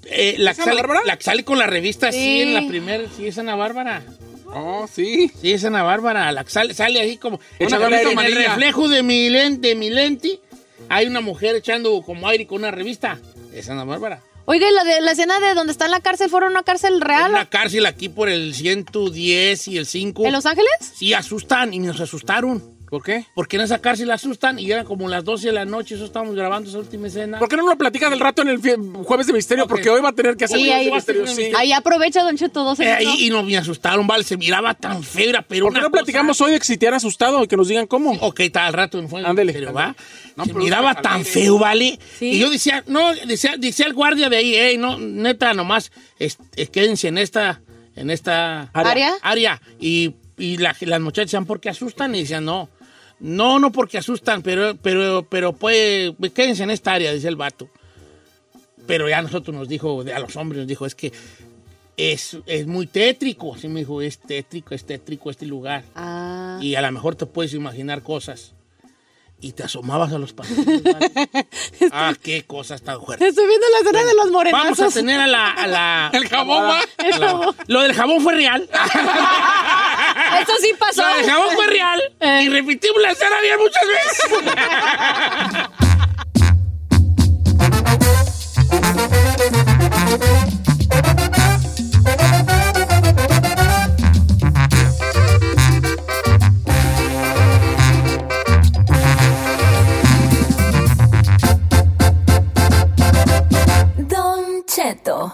Speaker 1: Eh, la, que
Speaker 4: Ana
Speaker 1: sale,
Speaker 4: Bárbara?
Speaker 1: la que sale con la revista, sí,
Speaker 2: Sí.
Speaker 1: en la primera, sí, es Ana Bárbara.
Speaker 3: Oh, sí.
Speaker 1: Sí, es Ana Bárbara. La que sale, sale ahí como.
Speaker 3: Echa
Speaker 1: Una-
Speaker 3: la lente
Speaker 1: en el
Speaker 3: amarilla.
Speaker 1: reflejo de mi, len- de mi lente, hay una mujer echando como aire con una revista. Es Ana Bárbara.
Speaker 2: Oiga, ¿y la, de, la escena de donde está en la cárcel, ¿fueron una cárcel
Speaker 1: En
Speaker 2: real?
Speaker 1: una cárcel aquí por el 110 y el 5.
Speaker 2: ¿En Los Ángeles?
Speaker 1: Sí, asustan y nos asustaron.
Speaker 4: ¿Por qué?
Speaker 1: Porque en esa cárcel asustan y eran como las 12 de la noche. Eso estábamos grabando esa última escena.
Speaker 4: ¿Por qué no lo platicas del rato en el fie- jueves de misterio?
Speaker 1: Ok.
Speaker 4: Porque hoy va a tener que hacer
Speaker 2: Sí,
Speaker 4: jueves
Speaker 2: ahí-
Speaker 4: de misterio. Sí.
Speaker 2: Ahí aprovecha Don Cheto dos
Speaker 1: Eh,
Speaker 2: segundos.
Speaker 1: y, y nos me asustaron, vale. Se miraba tan fea, era, pero.
Speaker 4: ¿Por qué
Speaker 1: una
Speaker 4: no platicamos
Speaker 1: cosa-
Speaker 4: hoy de que si te han asustado y que nos digan cómo?
Speaker 1: Ok, está al rato en fuego.
Speaker 4: Ándele,
Speaker 1: Pero
Speaker 4: ándele.
Speaker 1: va.
Speaker 3: No,
Speaker 1: se
Speaker 3: pero
Speaker 1: miraba
Speaker 3: al
Speaker 1: tan
Speaker 3: aire.
Speaker 1: feo, vale.
Speaker 2: Sí.
Speaker 1: Y yo decía, no, decía, decía el guardia de ahí, hey, no, neta, nomás, es- es- quédense en esta, en esta.
Speaker 2: ¿Área?
Speaker 1: área. Y, y la- las muchachas decían, ¿por qué asustan? Y decían, no. No, no porque asustan, pero, pero, pero pues, pues, quédense en esta área, dice el vato. Pero ya a nosotros nos dijo, a los hombres nos dijo, es que es, es muy tétrico. Así me dijo, es tétrico, es tétrico este lugar.
Speaker 2: Ah.
Speaker 1: Y a lo mejor te puedes imaginar cosas. Y te asomabas a los pasillos. ¿vale? ah, qué cosas tan fuertes.
Speaker 2: Estoy viendo la escena de los morenazos.
Speaker 1: Vamos a tener a la... a la-
Speaker 3: El jabón va.
Speaker 1: a la- Lo del jabón fue real.
Speaker 2: Eso sí
Speaker 1: acabó fue real
Speaker 3: Eh.
Speaker 1: y repetimos la escena bien muchas veces.
Speaker 5: Don Cheto.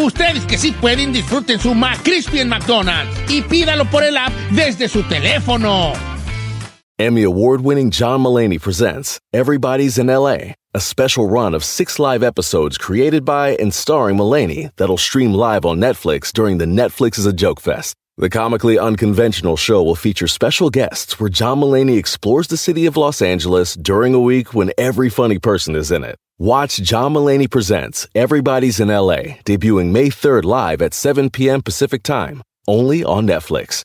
Speaker 1: Ustedes que sí pueden, disfruten su McCrispy en McDonald's y pídalo por el app desde su teléfono.
Speaker 9: Emmy award winning John Mullaney presents Everybody's in LA, a special run of six live episodes created by and starring Mullaney that'll stream live on Netflix during the Netflix is a Joke Fest. The comically unconventional show will feature special guests where John Mullaney explores the city of Los Angeles during a week when every funny person is in it. Watch John Mulaney Presents Everybody's in LA, debuting May 3rd live at 7 p.m. Pacific Time, only on Netflix.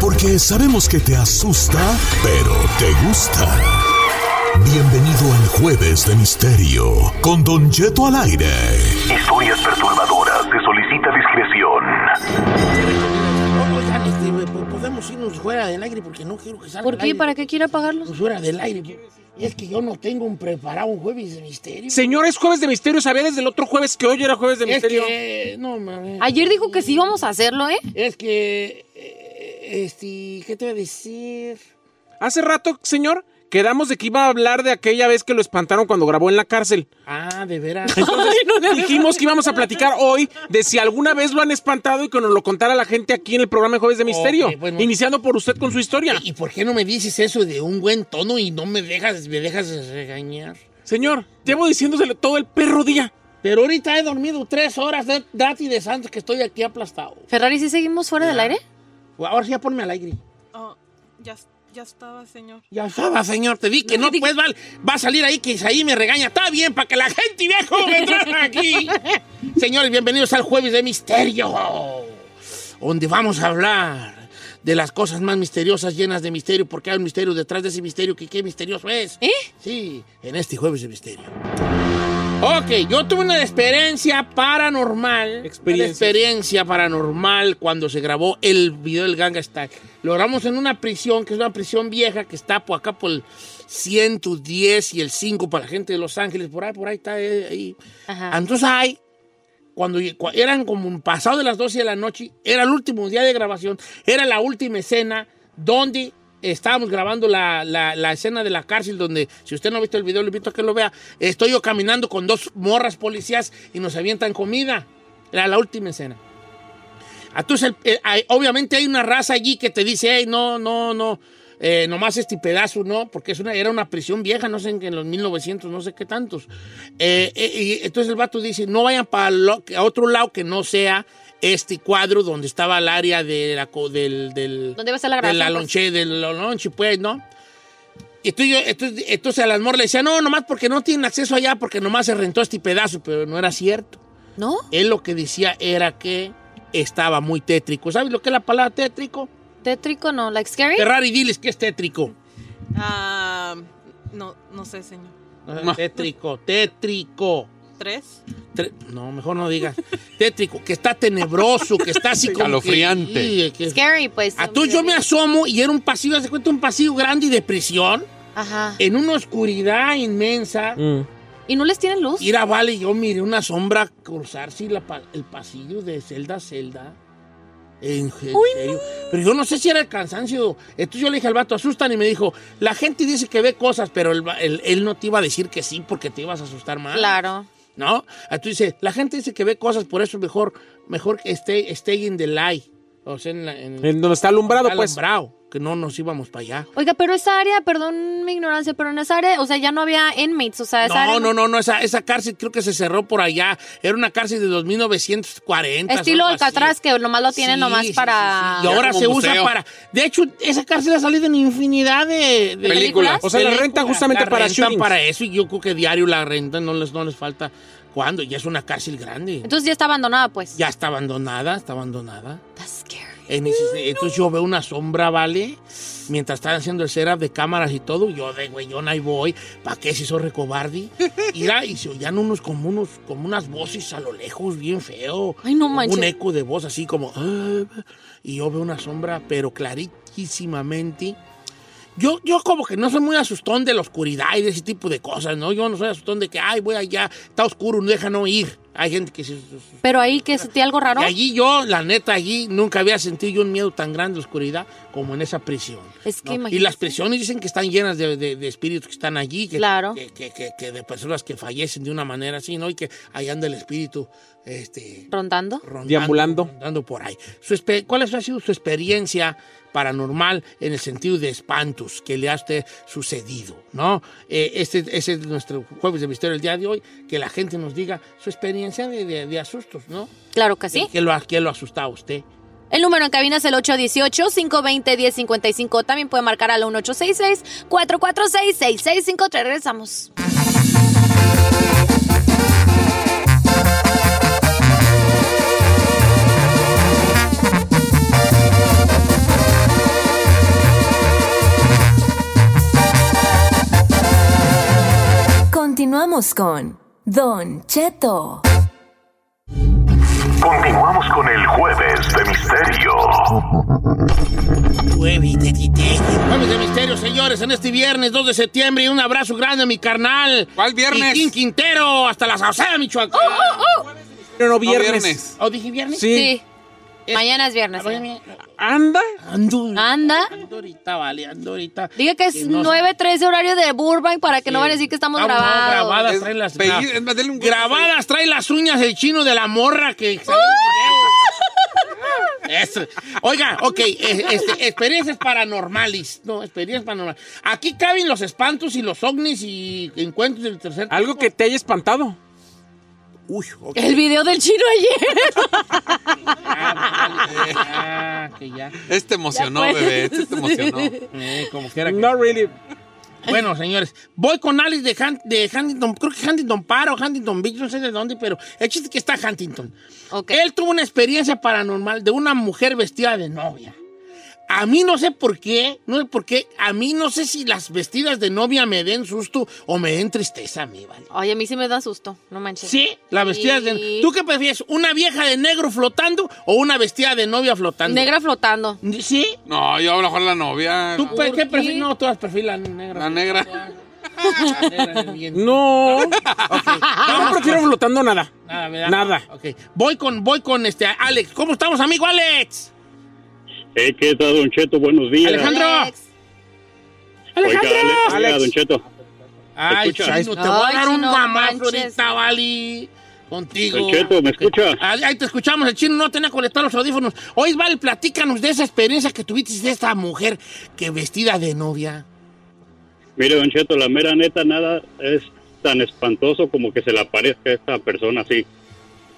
Speaker 10: Porque sabemos que te asusta, pero te gusta. Bienvenido al Jueves de Misterio con Don Jeto al aire.
Speaker 11: Historias perturbadoras. Se solicita discreción.
Speaker 1: pues, este, Podemos irnos fuera del aire porque no quiero que salga
Speaker 2: ¿Por
Speaker 1: al
Speaker 2: qué?
Speaker 1: aire.
Speaker 2: ¿Para qué quiere apagarlos?
Speaker 1: Pues fuera del aire. Y es que yo no tengo un preparado un jueves de misterio.
Speaker 4: Señor, es jueves de misterio. Sabía desde el otro jueves que hoy era jueves de
Speaker 1: Es
Speaker 4: misterio.
Speaker 1: que, no, mames.
Speaker 2: Ayer dijo que sí íbamos a hacerlo, ¿eh?
Speaker 1: Es que, eh, este, ¿qué te voy a decir?
Speaker 4: Hace rato, señor, quedamos de que iba a hablar de aquella vez que lo espantaron cuando grabó en la cárcel.
Speaker 1: Ah, de veras.
Speaker 4: Entonces dijimos que íbamos a platicar hoy de si alguna vez lo han espantado y que nos lo contara la gente aquí en el programa de Jueves de Misterio.
Speaker 1: Ok, bueno.
Speaker 4: Iniciando por usted con su historia.
Speaker 1: ¿Y por qué no me dices eso de un buen tono y no me dejas, me dejas regañar?
Speaker 4: Señor, llevo diciéndoselo todo el perro día.
Speaker 1: Pero ahorita he dormido tres horas de gratis de santos que estoy aquí aplastado.
Speaker 2: Ferrari, ¿sí seguimos fuera del aire?
Speaker 1: Ahora sí ya ponme al aire.
Speaker 8: Oh, ya, ya estaba, señor.
Speaker 1: Ya estaba, señor, te di que no, pues val- va a salir ahí que ahí me regaña. Está bien, para que la gente vea cómo me tratan aquí. Señores, bienvenidos al Jueves de Misterio, donde vamos a hablar de las cosas más misteriosas llenas de misterio, porque hay un misterio detrás de ese misterio que qué misterioso es. ¿Eh? Sí, en este Jueves de Misterio. Ok, yo tuve una experiencia paranormal. Una experiencia paranormal cuando se grabó el video del Ganga Stack. Lo grabamos en una prisión, que es una prisión vieja que está por acá por el 110 y el 5 para la gente de Los Ángeles. Por ahí, por ahí está eh, ahí. Entonces ahí, cuando lleg- cua- eran como un pasado de las 12 de la noche, era el último día de grabación, era la última escena donde estábamos grabando la, la- la escena de la cárcel donde, si usted no ha visto el video, le invito a que lo vea. Estoy yo caminando con dos morras policías y nos avientan comida. Era la última escena. Entonces, el- eh, hay- obviamente hay una raza allí que te dice, hey, no, no, no, eh, nomás este pedazo, no, porque es una, era una prisión vieja, no sé, en, en los 1900, no sé qué tantos. Eh, eh, y entonces el vato dice, no vayan para otro lado que no sea este cuadro donde estaba el área de la, co- del, del,
Speaker 2: ¿Dónde va a estar la
Speaker 1: de
Speaker 2: grabación?
Speaker 1: la
Speaker 2: pues?
Speaker 1: lonche, de la lonche, pues, ¿no? Y entonces, yo- entonces, entonces a las morras le decía, no, nomás porque no tienen acceso allá, porque nomás se rentó este pedazo, pero no era cierto.
Speaker 2: ¿No?
Speaker 1: Él lo que decía era que estaba muy tétrico. ¿Sabes lo que es la palabra tétrico?
Speaker 2: Tétrico, no, like scary.
Speaker 1: Ferrari, diles que es tétrico.
Speaker 8: Ah, no, no sé, señor.
Speaker 1: No, Tétrico, tétrico.
Speaker 8: ¿Tres?
Speaker 1: Tre- No, mejor no digas. Tétrico, que está tenebroso, que está así como.
Speaker 3: Escalofriante.
Speaker 2: Scary, pues.
Speaker 1: A Ah, tú yo me asomo y era un pasillo, ¿se cuenta? Un pasillo grande y de prisión,
Speaker 2: Ajá.
Speaker 1: en una oscuridad inmensa.
Speaker 12: Mm.
Speaker 2: ¿Y no les tienen luz?
Speaker 1: Mira, vale, yo miré una sombra cruzarse la pa- el pasillo de celda a celda. En, en serio. Pero yo no sé si era el cansancio. Entonces yo le dije al vato, asustan, y me dijo, la gente dice que ve cosas, pero el va- el- él no te iba a decir que sí porque te ibas a asustar más.
Speaker 2: Claro.
Speaker 1: ¿No? Entonces dice, la gente dice que ve cosas, por eso mejor, mejor que esté, esté in the light. O sea, en, la- en-
Speaker 4: En donde está alumbrado,
Speaker 1: está
Speaker 4: pues.
Speaker 1: alumbrado, que no nos íbamos para allá.
Speaker 2: Oiga, pero esa área, perdón mi ignorancia, pero en esa área, o sea, ya no había inmates, o sea, esa área.
Speaker 1: No, no, no, no, esa, esa cárcel creo que se cerró por allá. Era una cárcel de 2940.
Speaker 2: Estilo
Speaker 1: o algo así.
Speaker 2: Alcatraz, que nomás lo tienen
Speaker 1: Sí,
Speaker 2: nomás
Speaker 1: sí, sí,
Speaker 2: para.
Speaker 1: Y ahora
Speaker 4: como
Speaker 1: se usa
Speaker 4: museo.
Speaker 1: para. De hecho, esa cárcel ha salido en infinidad de, de-
Speaker 4: Películas. O sea, la
Speaker 1: Películas.
Speaker 4: rentan justamente
Speaker 1: La
Speaker 4: para
Speaker 1: rentan
Speaker 4: shootings.
Speaker 1: para eso y yo creo que diario la rentan, no les, no les falta. ¿Cuándo? Ya es una cárcel grande.
Speaker 2: Entonces ya está abandonada, pues.
Speaker 1: Ya está abandonada, está abandonada. En ese- entonces yo veo una sombra, ¿vale? Mientras están haciendo el setup de cámaras y todo, yo de güeyón ahí voy. ¿Para qué si soy recobardi? Y, la- y se oían unos como, unos como unas voces a lo lejos, bien feo.
Speaker 2: Ay, no
Speaker 1: Como
Speaker 2: manches.
Speaker 1: Un eco de voz así como... "Ah", Y yo veo una sombra, pero clarísimamente. Yo, yo como que no soy muy asustón de la oscuridad y de ese tipo de cosas, ¿no? Yo no soy asustón de que, ay, voy allá, está oscuro, no deja no ir. Hay gente que se
Speaker 2: Pero ahí que sentía algo raro.
Speaker 1: y allí yo, la neta, allí nunca había sentido yo un miedo tan grande de oscuridad como en esa prisión.
Speaker 2: es que
Speaker 1: ¿no?
Speaker 2: imagínate.
Speaker 1: Y las prisiones dicen que están llenas de, de- de espíritus que están allí, que,
Speaker 2: Claro.
Speaker 1: que, que- que- que de personas que fallecen de una manera así, ¿no? Y que ahí anda el espíritu este,
Speaker 2: ¿Rondando?
Speaker 1: rondando,
Speaker 4: Deambulando.
Speaker 1: rondando por ahí. Su espe- ¿Cuál ha sido su experiencia paranormal en el sentido de espantos que le ha a usted sucedido, ¿no? Eh, este, ese es nuestro jueves de misterio el día de hoy, que la gente nos diga su experiencia de, de- de asustos, ¿no?
Speaker 2: Claro que sí.
Speaker 1: ¿Qué lo, qué lo asustaba a usted?
Speaker 2: El número en cabina es el 818-520-1055. También puede marcar al 1866-446-6653. Regresamos.
Speaker 5: Continuamos con Don Cheto.
Speaker 11: Continuamos con el jueves de misterio.
Speaker 1: Jueves de misterio. Jueves de misterio, señores, en este viernes 2 de septiembre. Un abrazo grande a mi carnal. ¿Cuál
Speaker 4: viernes?
Speaker 1: Quintín Quintero, hasta la Sauceda, Michoacán.
Speaker 2: Oh,
Speaker 4: Pero no viernes.
Speaker 3: viernes.
Speaker 1: ¿O dije viernes?
Speaker 4: Sí.
Speaker 2: Mañana es viernes. ¿eh?
Speaker 4: ¿Anda?
Speaker 1: Ando.
Speaker 2: Anda.
Speaker 1: Ando ahorita, vale, ando ahorita.
Speaker 2: Diga que es
Speaker 1: Que no-
Speaker 2: 9.13 horario de Burbank para que no van a decir que estamos
Speaker 1: Ah, no,
Speaker 2: grabados.
Speaker 1: grabadas trae las
Speaker 3: pellizco,
Speaker 1: gra- Grabadas trae las uñas el chino de la morra que
Speaker 2: Uh.
Speaker 1: salió en el video. Eso. Oiga, ok, eh, este, experiencias paranormales. No, experiencias paranormales. Aquí caben los espantos y los ovnis y encuentros del tercer.
Speaker 4: Algo que te haya espantado.
Speaker 1: Uy, ok.
Speaker 2: El video del chino ayer.
Speaker 1: Ah, que ya.
Speaker 3: Este emocionó,
Speaker 1: Ya, pues.
Speaker 3: bebé. Este te emocionó.
Speaker 1: Eh, como quiera que-
Speaker 4: No, really.
Speaker 1: Bueno, señores, voy con Alice de, Han- de Huntington, creo que Huntington Paro, Huntington Beach, no sé de dónde, pero el chiste es que está Huntington. Él tuvo una experiencia paranormal de una mujer vestida de novia. A mí no sé por qué, no sé por qué, a mí no sé si las vestidas de novia me den susto o me den tristeza a mí, ¿vale?
Speaker 2: Ay, a mí sí me da susto. No manches.
Speaker 1: Sí, las vestidas de...
Speaker 2: Sí.
Speaker 1: ¿Tú qué prefieres, una vieja de negro flotando o una vestida de novia flotando?
Speaker 2: Negra flotando.
Speaker 1: ¿Sí?
Speaker 3: No, yo a lo mejor la novia.
Speaker 1: ¿Tú pe- qué prefieres?
Speaker 2: qué?
Speaker 1: No, todas prefieres la negra.
Speaker 3: La negra.
Speaker 1: La negra del viento.
Speaker 4: No.
Speaker 1: Vamos
Speaker 4: No prefiero
Speaker 1: con-
Speaker 4: flotando nada.
Speaker 1: Nada, ¿verdad?
Speaker 4: Nada.
Speaker 1: Ok. Voy con, voy con este Alex. ¿Cómo estamos, amigo Alex?
Speaker 13: Eh, ¿Qué tal, Don Cheto? Buenos días.
Speaker 1: Alejandro. Alejandro.
Speaker 6: Mira, Don Cheto.
Speaker 1: Ay,
Speaker 6: Escucha.
Speaker 1: chino, te voy a
Speaker 6: Ay,
Speaker 1: dar un
Speaker 6: chino,
Speaker 1: guamazo
Speaker 6: manches.
Speaker 1: ahorita, Vali. Contigo.
Speaker 6: Don Cheto, ¿me escucha?
Speaker 1: Ahí ahí te escuchamos, el chino no tenía conectados los audífonos. Hoy, Vali, platícanos de esa experiencia que tuviste de esta mujer que vestida de novia.
Speaker 6: Mire, Don Cheto, la mera neta nada es tan espantoso como que se le aparezca a esta persona así.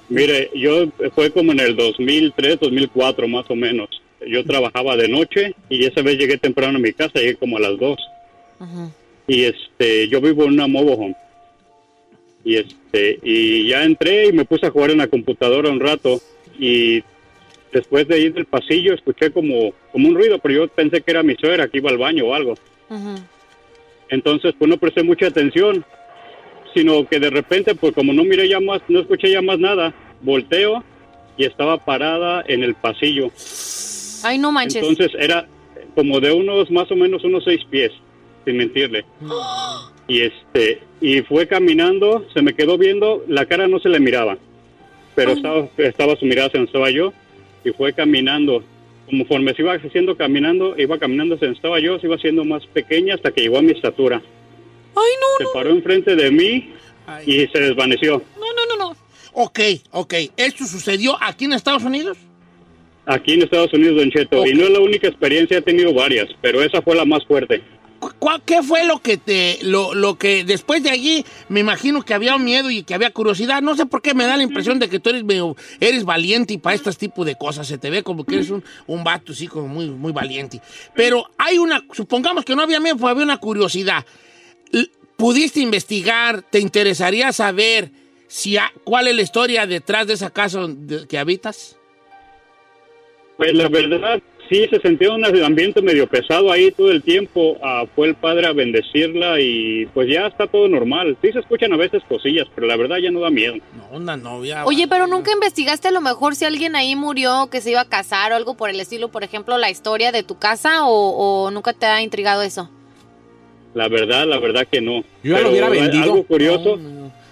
Speaker 6: Mire, yo eh, fue como en el 2003, 2004 más o menos. Yo trabajaba de noche y esa vez llegué temprano a mi casa, llegué como a las 2. Y este, yo vivo en una mobile home. Y este, y ya entré y me puse a jugar en la computadora un rato y después de ir del pasillo escuché como como un ruido, pero yo pensé que era mi suegra que iba al baño o algo. Entonces, pues no presté mucha atención, sino que de repente, pues como no miré ya más, no escuché ya más nada, volteo y estaba parada en el pasillo.
Speaker 8: Ay, no manches.
Speaker 6: Entonces era como de unos más o menos unos seis pies, sin mentirle. Y este y fue caminando, se me quedó viendo, la cara no se le miraba, pero estaba, estaba su mirada se estaba yo y fue caminando. Conforme se iba haciendo caminando, iba caminando, se estaba yo, se iba haciendo más pequeña hasta que llegó a mi estatura.
Speaker 8: Ay,
Speaker 6: Se paró enfrente de mí y se desvaneció.
Speaker 8: No, no, no, no.
Speaker 1: Ok, ok. ¿Esto sucedió aquí en Estados Unidos?
Speaker 6: Aquí en Estados Unidos, Don Cheto. Y no es la única experiencia, he tenido varias, pero esa fue la más fuerte.
Speaker 1: ¿Cuá- ¿Qué fue lo que te, lo, lo que después de allí, me imagino que había miedo y que había curiosidad? No sé por qué me da la impresión de que tú eres, medio- eres valiente y para este tipo de cosas se te ve como que eres un, un vato, sí, como muy, muy valiente. Pero hay una, supongamos que no había miedo, pues había una curiosidad. L- ¿Pudiste investigar? ¿Te interesaría saber si ha- cuál es la historia detrás de esa casa donde- que habitas?
Speaker 6: Pues la verdad, sí se sentía un ambiente medio pesado ahí todo el tiempo. Ah, fue el padre a bendecirla y pues ya está todo normal. Sí se escuchan a veces cosillas, pero la verdad ya no da miedo.
Speaker 1: Una novia.
Speaker 8: Oye, pero nunca investigaste a lo mejor si alguien ahí murió, que se iba a casar o algo por el estilo, por ejemplo, la historia de tu casa o, o nunca te ha intrigado eso.
Speaker 6: La verdad, la verdad que no.
Speaker 4: ya lo hubiera
Speaker 6: eh,
Speaker 4: vendido.
Speaker 6: Algo curioso,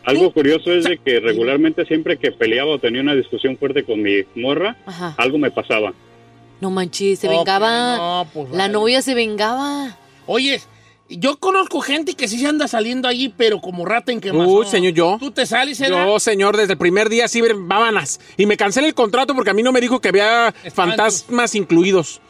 Speaker 6: algo curioso es de que regularmente siempre que peleaba o tenía una discusión fuerte con mi morra,
Speaker 8: Ajá.
Speaker 6: algo me pasaba.
Speaker 8: No manches, se
Speaker 1: Ok,
Speaker 8: vengaba.
Speaker 1: no, pues,
Speaker 8: la
Speaker 1: vale.
Speaker 8: novia se vengaba.
Speaker 1: Oye, yo conozco gente que sí se anda saliendo allí, pero como rata en quemazón.
Speaker 4: Uy, señor, yo.
Speaker 1: ¿Tú te sales, Edgar?
Speaker 4: Yo, señor, desde el primer día sí, babanas. Y me cancelé el contrato porque a mí no me dijo que había fantasmas incluidos.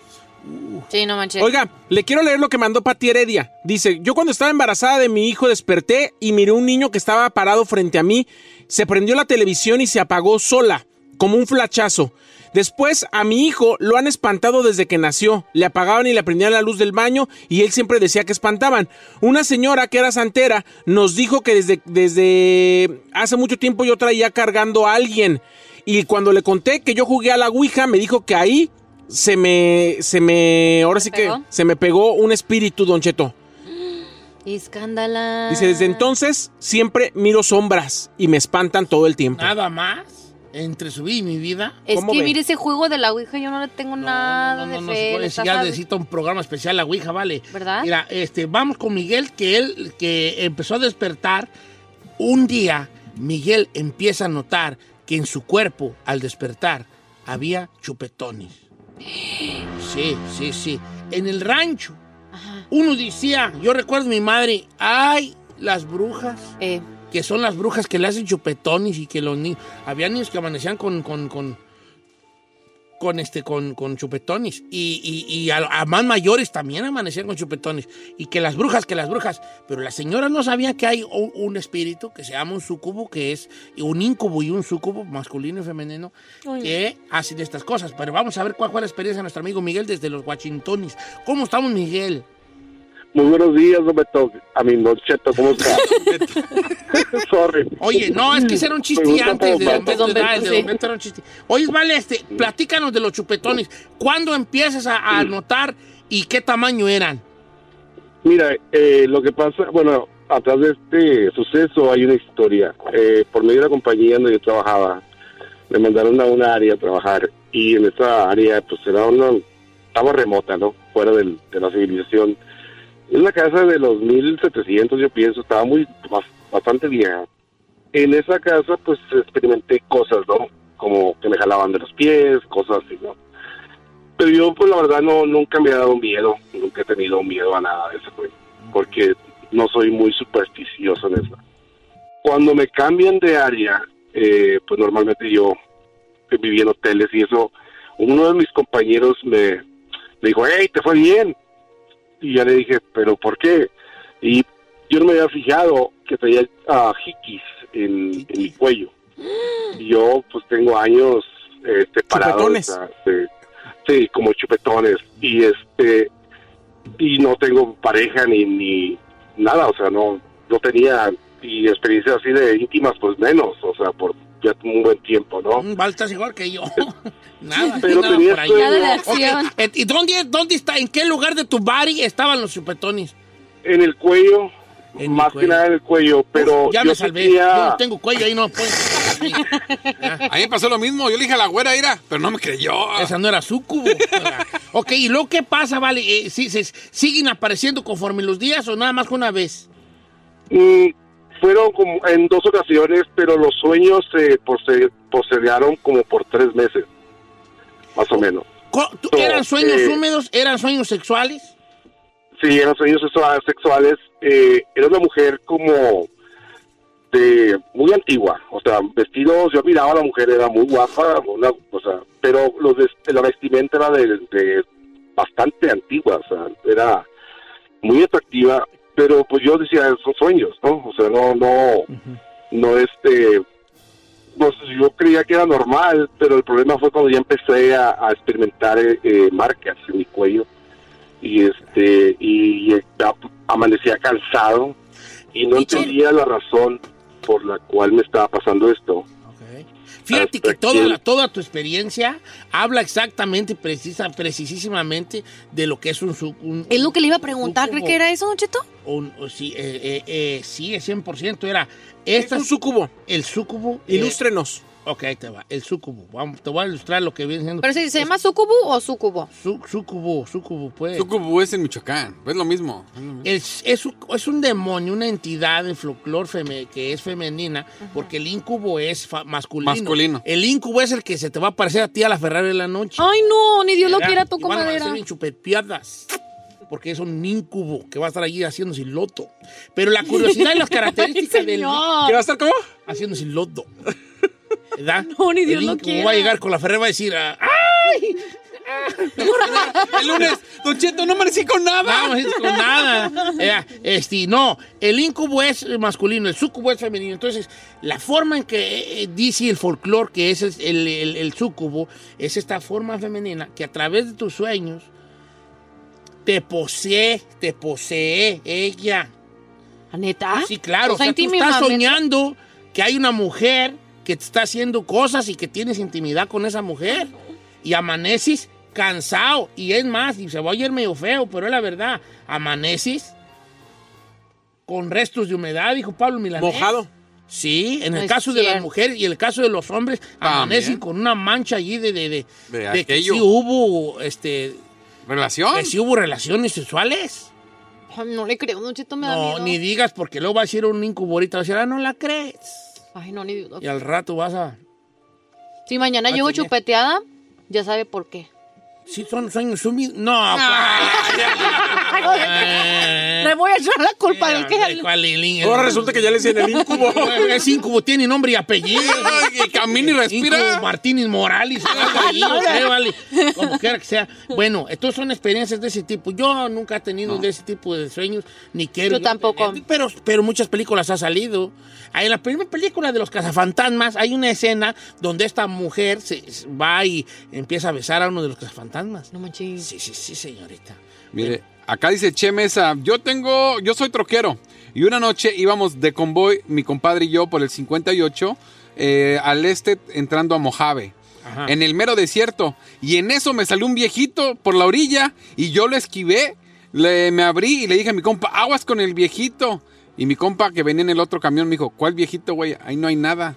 Speaker 8: Sí, no manches.
Speaker 4: Oiga, le quiero leer lo que mandó Pati Heredia. Dice, yo cuando estaba embarazada de mi hijo desperté y miré un niño que estaba parado frente a mí. Se prendió la televisión y se apagó sola, como un flachazo. Después a mi hijo lo han espantado desde que nació. Le apagaban y le prendían la luz del baño y él siempre decía que espantaban. Una señora que era santera nos dijo que desde, desde hace mucho tiempo yo traía cargando a alguien. Y cuando le conté que yo jugué a la Ouija, me dijo que ahí se me, se me, ahora sí que
Speaker 8: pegó?
Speaker 4: se me pegó un espíritu, Don Cheto.
Speaker 8: Escándala.
Speaker 4: Dice, desde entonces siempre miro sombras y me espantan todo el tiempo.
Speaker 1: Nada más entre su vida y mi vida.
Speaker 8: Es
Speaker 4: ¿cómo
Speaker 8: que
Speaker 4: ve?
Speaker 8: mire ese juego de la Ouija, yo no le tengo nada
Speaker 1: No, no
Speaker 8: de
Speaker 1: se
Speaker 8: fe.
Speaker 1: puede, si
Speaker 8: le estás
Speaker 1: ya
Speaker 8: a-
Speaker 1: necesita un programa especial la Ouija, vale.
Speaker 8: ¿Verdad?
Speaker 1: Mira, este, vamos con Miguel, que él que empezó a despertar. Un día, Miguel empieza a notar que en su cuerpo, al despertar, había chupetones. Sí, sí, sí. En el rancho, uno decía, yo recuerdo a mi madre, ay, las brujas. Que son las brujas que le hacen chupetones y que los niños. Había niños que amanecían con- con- con, con este con, con chupetones y, y- y a, a más mayores también amanecían con chupetones y que las brujas que las brujas pero las señoras no sabían que hay un, un espíritu que se llama un sucubo que es un incubo y un sucubo masculino y femenino
Speaker 12: Uy.
Speaker 1: que hacen estas cosas pero vamos a ver cuál fue la experiencia de nuestro amigo Miguel desde los Washingtones cómo estamos Miguel
Speaker 13: Muy buenos días, don Beto. A mi Don Cheto, ¿cómo está? Sorry.
Speaker 1: oye no es que ese era un chiste
Speaker 13: Pregunta
Speaker 1: antes de
Speaker 13: por
Speaker 1: Don Beto,
Speaker 13: Beto.
Speaker 1: ah, el de Don Beto era un chiste oye vale este platícanos de los chupetones cuándo empiezas a, a notar y qué tamaño eran
Speaker 13: Mira, eh, lo que pasa, bueno, atrás de este suceso hay una historia. Eh, por medio de la compañía donde yo trabajaba, me mandaron a una área a trabajar y en esa área, pues era una, estaba remota, ¿no? Fuera del- de la civilización. En la casa de los 1700, yo pienso, estaba muy bas- bastante vieja. En esa casa, pues experimenté cosas, ¿no? Como que me jalaban de los pies, cosas así, ¿no? Pero yo, pues la verdad, no nunca me ha dado miedo, nunca he tenido miedo a nada de eso, güey. porque no soy muy supersticioso en eso. Cuando me cambian de área, eh, pues normalmente yo viví en hoteles y eso, uno de mis compañeros me, me dijo, hey, te fue bien. Y ya le dije, pero ¿por qué? Y yo no me había fijado que traía ah, jiquis en, en mi cuello. Y yo pues tengo años este, parados.
Speaker 4: Chupetones.
Speaker 13: o sea, de- sí, como chupetones. Y este y no tengo pareja ni, ni nada, o sea, no, no tenía y experiencias así de íntimas, pues menos, o sea, por ya un buen tiempo, ¿no?
Speaker 1: Balta mejor que yo. nada,
Speaker 13: Pero
Speaker 1: nada
Speaker 13: tenía
Speaker 1: por ahí.
Speaker 13: sueño. Nada de
Speaker 1: Ok, et- ¿Y dónde, dónde está, en qué lugar de tu body estaban los chupetones?
Speaker 13: En el cuello, más que nada en el cuello, pero
Speaker 1: Ya
Speaker 13: yo
Speaker 1: me salvé.
Speaker 13: sentía-
Speaker 1: Yo no tengo cuello ahí, no pues. puedo.
Speaker 3: A mí me pasó lo mismo. Yo le dije a la güera, ira, pero no me creyó.
Speaker 1: Esa no era sucubo. ok, ¿y lo que pasa, vale? eh, si, si- ¿Siguen apareciendo conforme los días o nada más que una vez?
Speaker 13: Mm, fueron como en dos ocasiones, pero los sueños se pose- posedearon como por tres meses, más o menos.
Speaker 1: Co- tú-
Speaker 13: No,
Speaker 1: ¿Eran sueños
Speaker 13: eh,
Speaker 1: húmedos? ¿Eran sueños sexuales?
Speaker 13: Sí, eran sueños sexua- sexuales. eh, era una mujer como de muy antigua, o sea, vestidos. Yo miraba a la mujer, era muy guapa, una, o sea, pero los des- la vestimenta era de, de bastante antigua, o sea, era muy atractiva. Pero pues yo decía, son sueños, ¿no? O sea, no, no, no este. Pues yo creía que era normal, pero el problema fue cuando ya empecé a, a experimentar eh, eh, marcas en mi cuello y este y, y a- amanecía cansado y no entendía la razón por la cual me estaba pasando esto.
Speaker 1: Fíjate que
Speaker 13: Hasta
Speaker 1: toda,
Speaker 13: que-
Speaker 1: la- toda tu experiencia habla exactamente, precisa, precisísimamente de lo que es un... su- un-
Speaker 8: Es lo que le iba a preguntar, ¿cree
Speaker 1: Sucubo.
Speaker 8: que era eso, Don Cheto?
Speaker 1: un- o sí, eh, eh, eh, sí, es 100%. Era... Esta,
Speaker 4: un sucubo.
Speaker 1: El sucubo. eh,
Speaker 4: Ilústrenos.
Speaker 1: ok, ahí te va. El sucubo. Vamos, te voy a ilustrar lo que viene siendo...
Speaker 8: ¿Pero si se llama sucubo o sucubo?
Speaker 1: sucubo, sucubo, pues.
Speaker 3: Sucubu es en Michoacán. Es lo mismo.
Speaker 1: Es, es, un- es un demonio, una entidad en folclor feme- que es femenina, porque el incubo es fa- masculino.
Speaker 3: Masculino.
Speaker 1: El incubo es el que se te va a aparecer a ti a la Ferrari en la noche.
Speaker 8: Ay, no, ni Dios lo
Speaker 1: Mira,
Speaker 8: quiera, tu
Speaker 1: y van a
Speaker 8: comadera.
Speaker 1: amanecer bien chupeteadas, Porque es un incubo que va a estar allí haciéndose loto. Pero la curiosidad y las características
Speaker 8: Ay,
Speaker 1: del.
Speaker 8: señor. ¿Qué va a estar
Speaker 4: cómo?
Speaker 1: Haciéndose loto. ¿Verdad?
Speaker 8: No, ni Dios
Speaker 1: El
Speaker 8: lo
Speaker 1: incubo
Speaker 8: quiera.
Speaker 1: va a llegar con la Ferrari y va a decir. ah, ah,
Speaker 3: El lunes, Don Cheto, no amanecí con nada.
Speaker 1: No, es con nada. Era, este, no, el incubo es masculino, el sucubo es femenino. Entonces, la forma en que eh, dice el folclore que es el, el, el sucubo es esta forma femenina que a través de tus sueños te posee, te posee ella.
Speaker 8: ¿Neta?
Speaker 1: Sí, claro.
Speaker 8: O sea,
Speaker 1: o sea, tú
Speaker 8: intimidad,
Speaker 1: estás
Speaker 8: neta.
Speaker 1: soñando que hay una mujer que te está haciendo cosas y que tienes intimidad con esa mujer. Y amaneces cansado. Y es más, y se va a oír medio feo, pero es la verdad. Amaneces con restos de humedad, dijo Pablo Milanés.
Speaker 4: Mojado.
Speaker 1: Sí, en
Speaker 4: No
Speaker 1: el
Speaker 4: es
Speaker 1: caso de las
Speaker 4: cierto.
Speaker 1: mujeres y el caso de los hombres, amanecen
Speaker 3: También.
Speaker 1: con una mancha allí de, de, de-
Speaker 3: Ah, De
Speaker 1: de que
Speaker 3: aquello.
Speaker 1: sí hubo, este,
Speaker 3: ¿Relación?
Speaker 1: que sí hubo relaciones sexuales.
Speaker 8: Ay, No le creo, Don Cheto, me da
Speaker 1: No,
Speaker 8: miedo.
Speaker 1: ni digas, porque luego va a ser un incubo ahorita, va a decir, ah, no la crees.
Speaker 8: Ay, no, ni Dios lo
Speaker 1: Y al rato vas a...
Speaker 8: Si mañana
Speaker 1: Va a
Speaker 8: llego
Speaker 1: tener.
Speaker 8: chupeteada, ya sabe por qué.
Speaker 1: Sí, son sueños húmedos. No, pues.
Speaker 8: Le voy a echar la culpa del que...
Speaker 1: Hombre, ¿cuál el in-
Speaker 4: Ahora resulta que ya le decían el incubo.
Speaker 1: Es incubo, tiene nombre y apellido.
Speaker 3: Y camina y respira.
Speaker 1: Incubo Martínez Morales. algo ahí, no sé, vale. Como quiera que sea. Bueno, entonces son experiencias de ese tipo. Yo nunca he tenido de ese tipo de sueños, ni quiero.
Speaker 8: Yo tampoco.
Speaker 1: tener. Pero, pero muchas películas ha salido. En la primera película de los cazafantasmas hay una escena donde esta mujer se, se va y empieza a besar a uno de los cazafantasmas.
Speaker 8: No manches.
Speaker 1: Sí, sí, sí, señorita.
Speaker 3: Mire, acá dice Che Mesa, yo tengo, yo soy troquero. Y una noche íbamos de convoy, mi compadre y yo, por el 58, eh, al este entrando a Mojave.
Speaker 1: Ajá.
Speaker 3: En el mero desierto. Y en eso me salió un viejito por la orilla y yo lo esquivé. Le, me abrí y le dije a mi compa, aguas con el viejito. Y mi compa que venía en el otro camión me dijo, ¿cuál viejito, güey? Ahí no hay nada.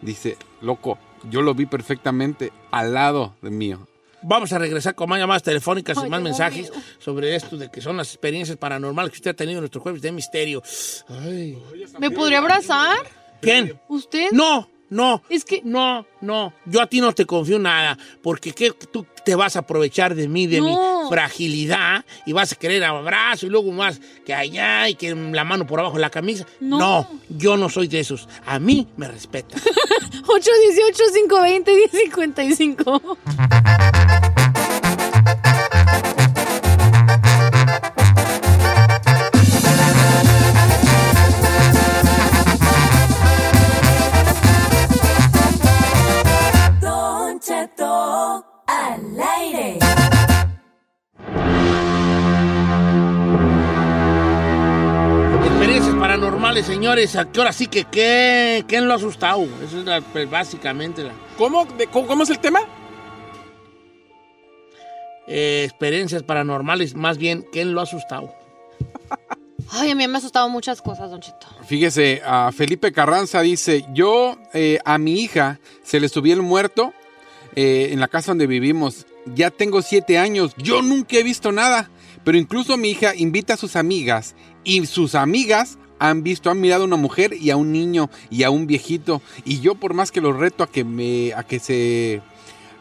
Speaker 3: Dice, loco, yo lo vi perfectamente al lado de mío.
Speaker 1: Vamos a regresar con más llamadas telefónicas y más mensajes sobre esto de que son las experiencias paranormales que usted ha tenido en nuestro jueves de misterio. Ay.
Speaker 8: ¿Me podría abrazar?
Speaker 1: ¿Quién?
Speaker 8: ¿Usted?
Speaker 1: No, no. Es que. No, no. Yo a ti no te confío nada. Porque ¿qué? tú te vas a aprovechar de mí, de mi fragilidad. Y vas a querer abrazo y luego más que allá y que la mano por abajo de la camisa. No. yo no soy de esos. A mí me respeta.
Speaker 8: 818-520-1055.
Speaker 5: Don Cheto al aire.
Speaker 1: Experiencias paranormales, señores. ¿A qué hora sí que qué? ¿Quién lo ha asustado? Eso es la- pues, básicamente la.
Speaker 4: ¿Cómo? ¿De- cómo, cómo es el tema?
Speaker 1: eh, experiencias paranormales, más bien, ¿quién lo ha asustado?
Speaker 8: Ay, a mí me ha asustado muchas cosas, Don Cheto.
Speaker 3: Fíjese, a Felipe Carranza dice, yo eh, a mi hija se le subió el muerto eh, en la casa donde vivimos. Ya tengo siete años, yo nunca he visto nada. Pero incluso mi hija invita a sus amigas y sus amigas han visto, han mirado a una mujer y a un niño y a un viejito. Y yo por más que los reto a que me, a que se,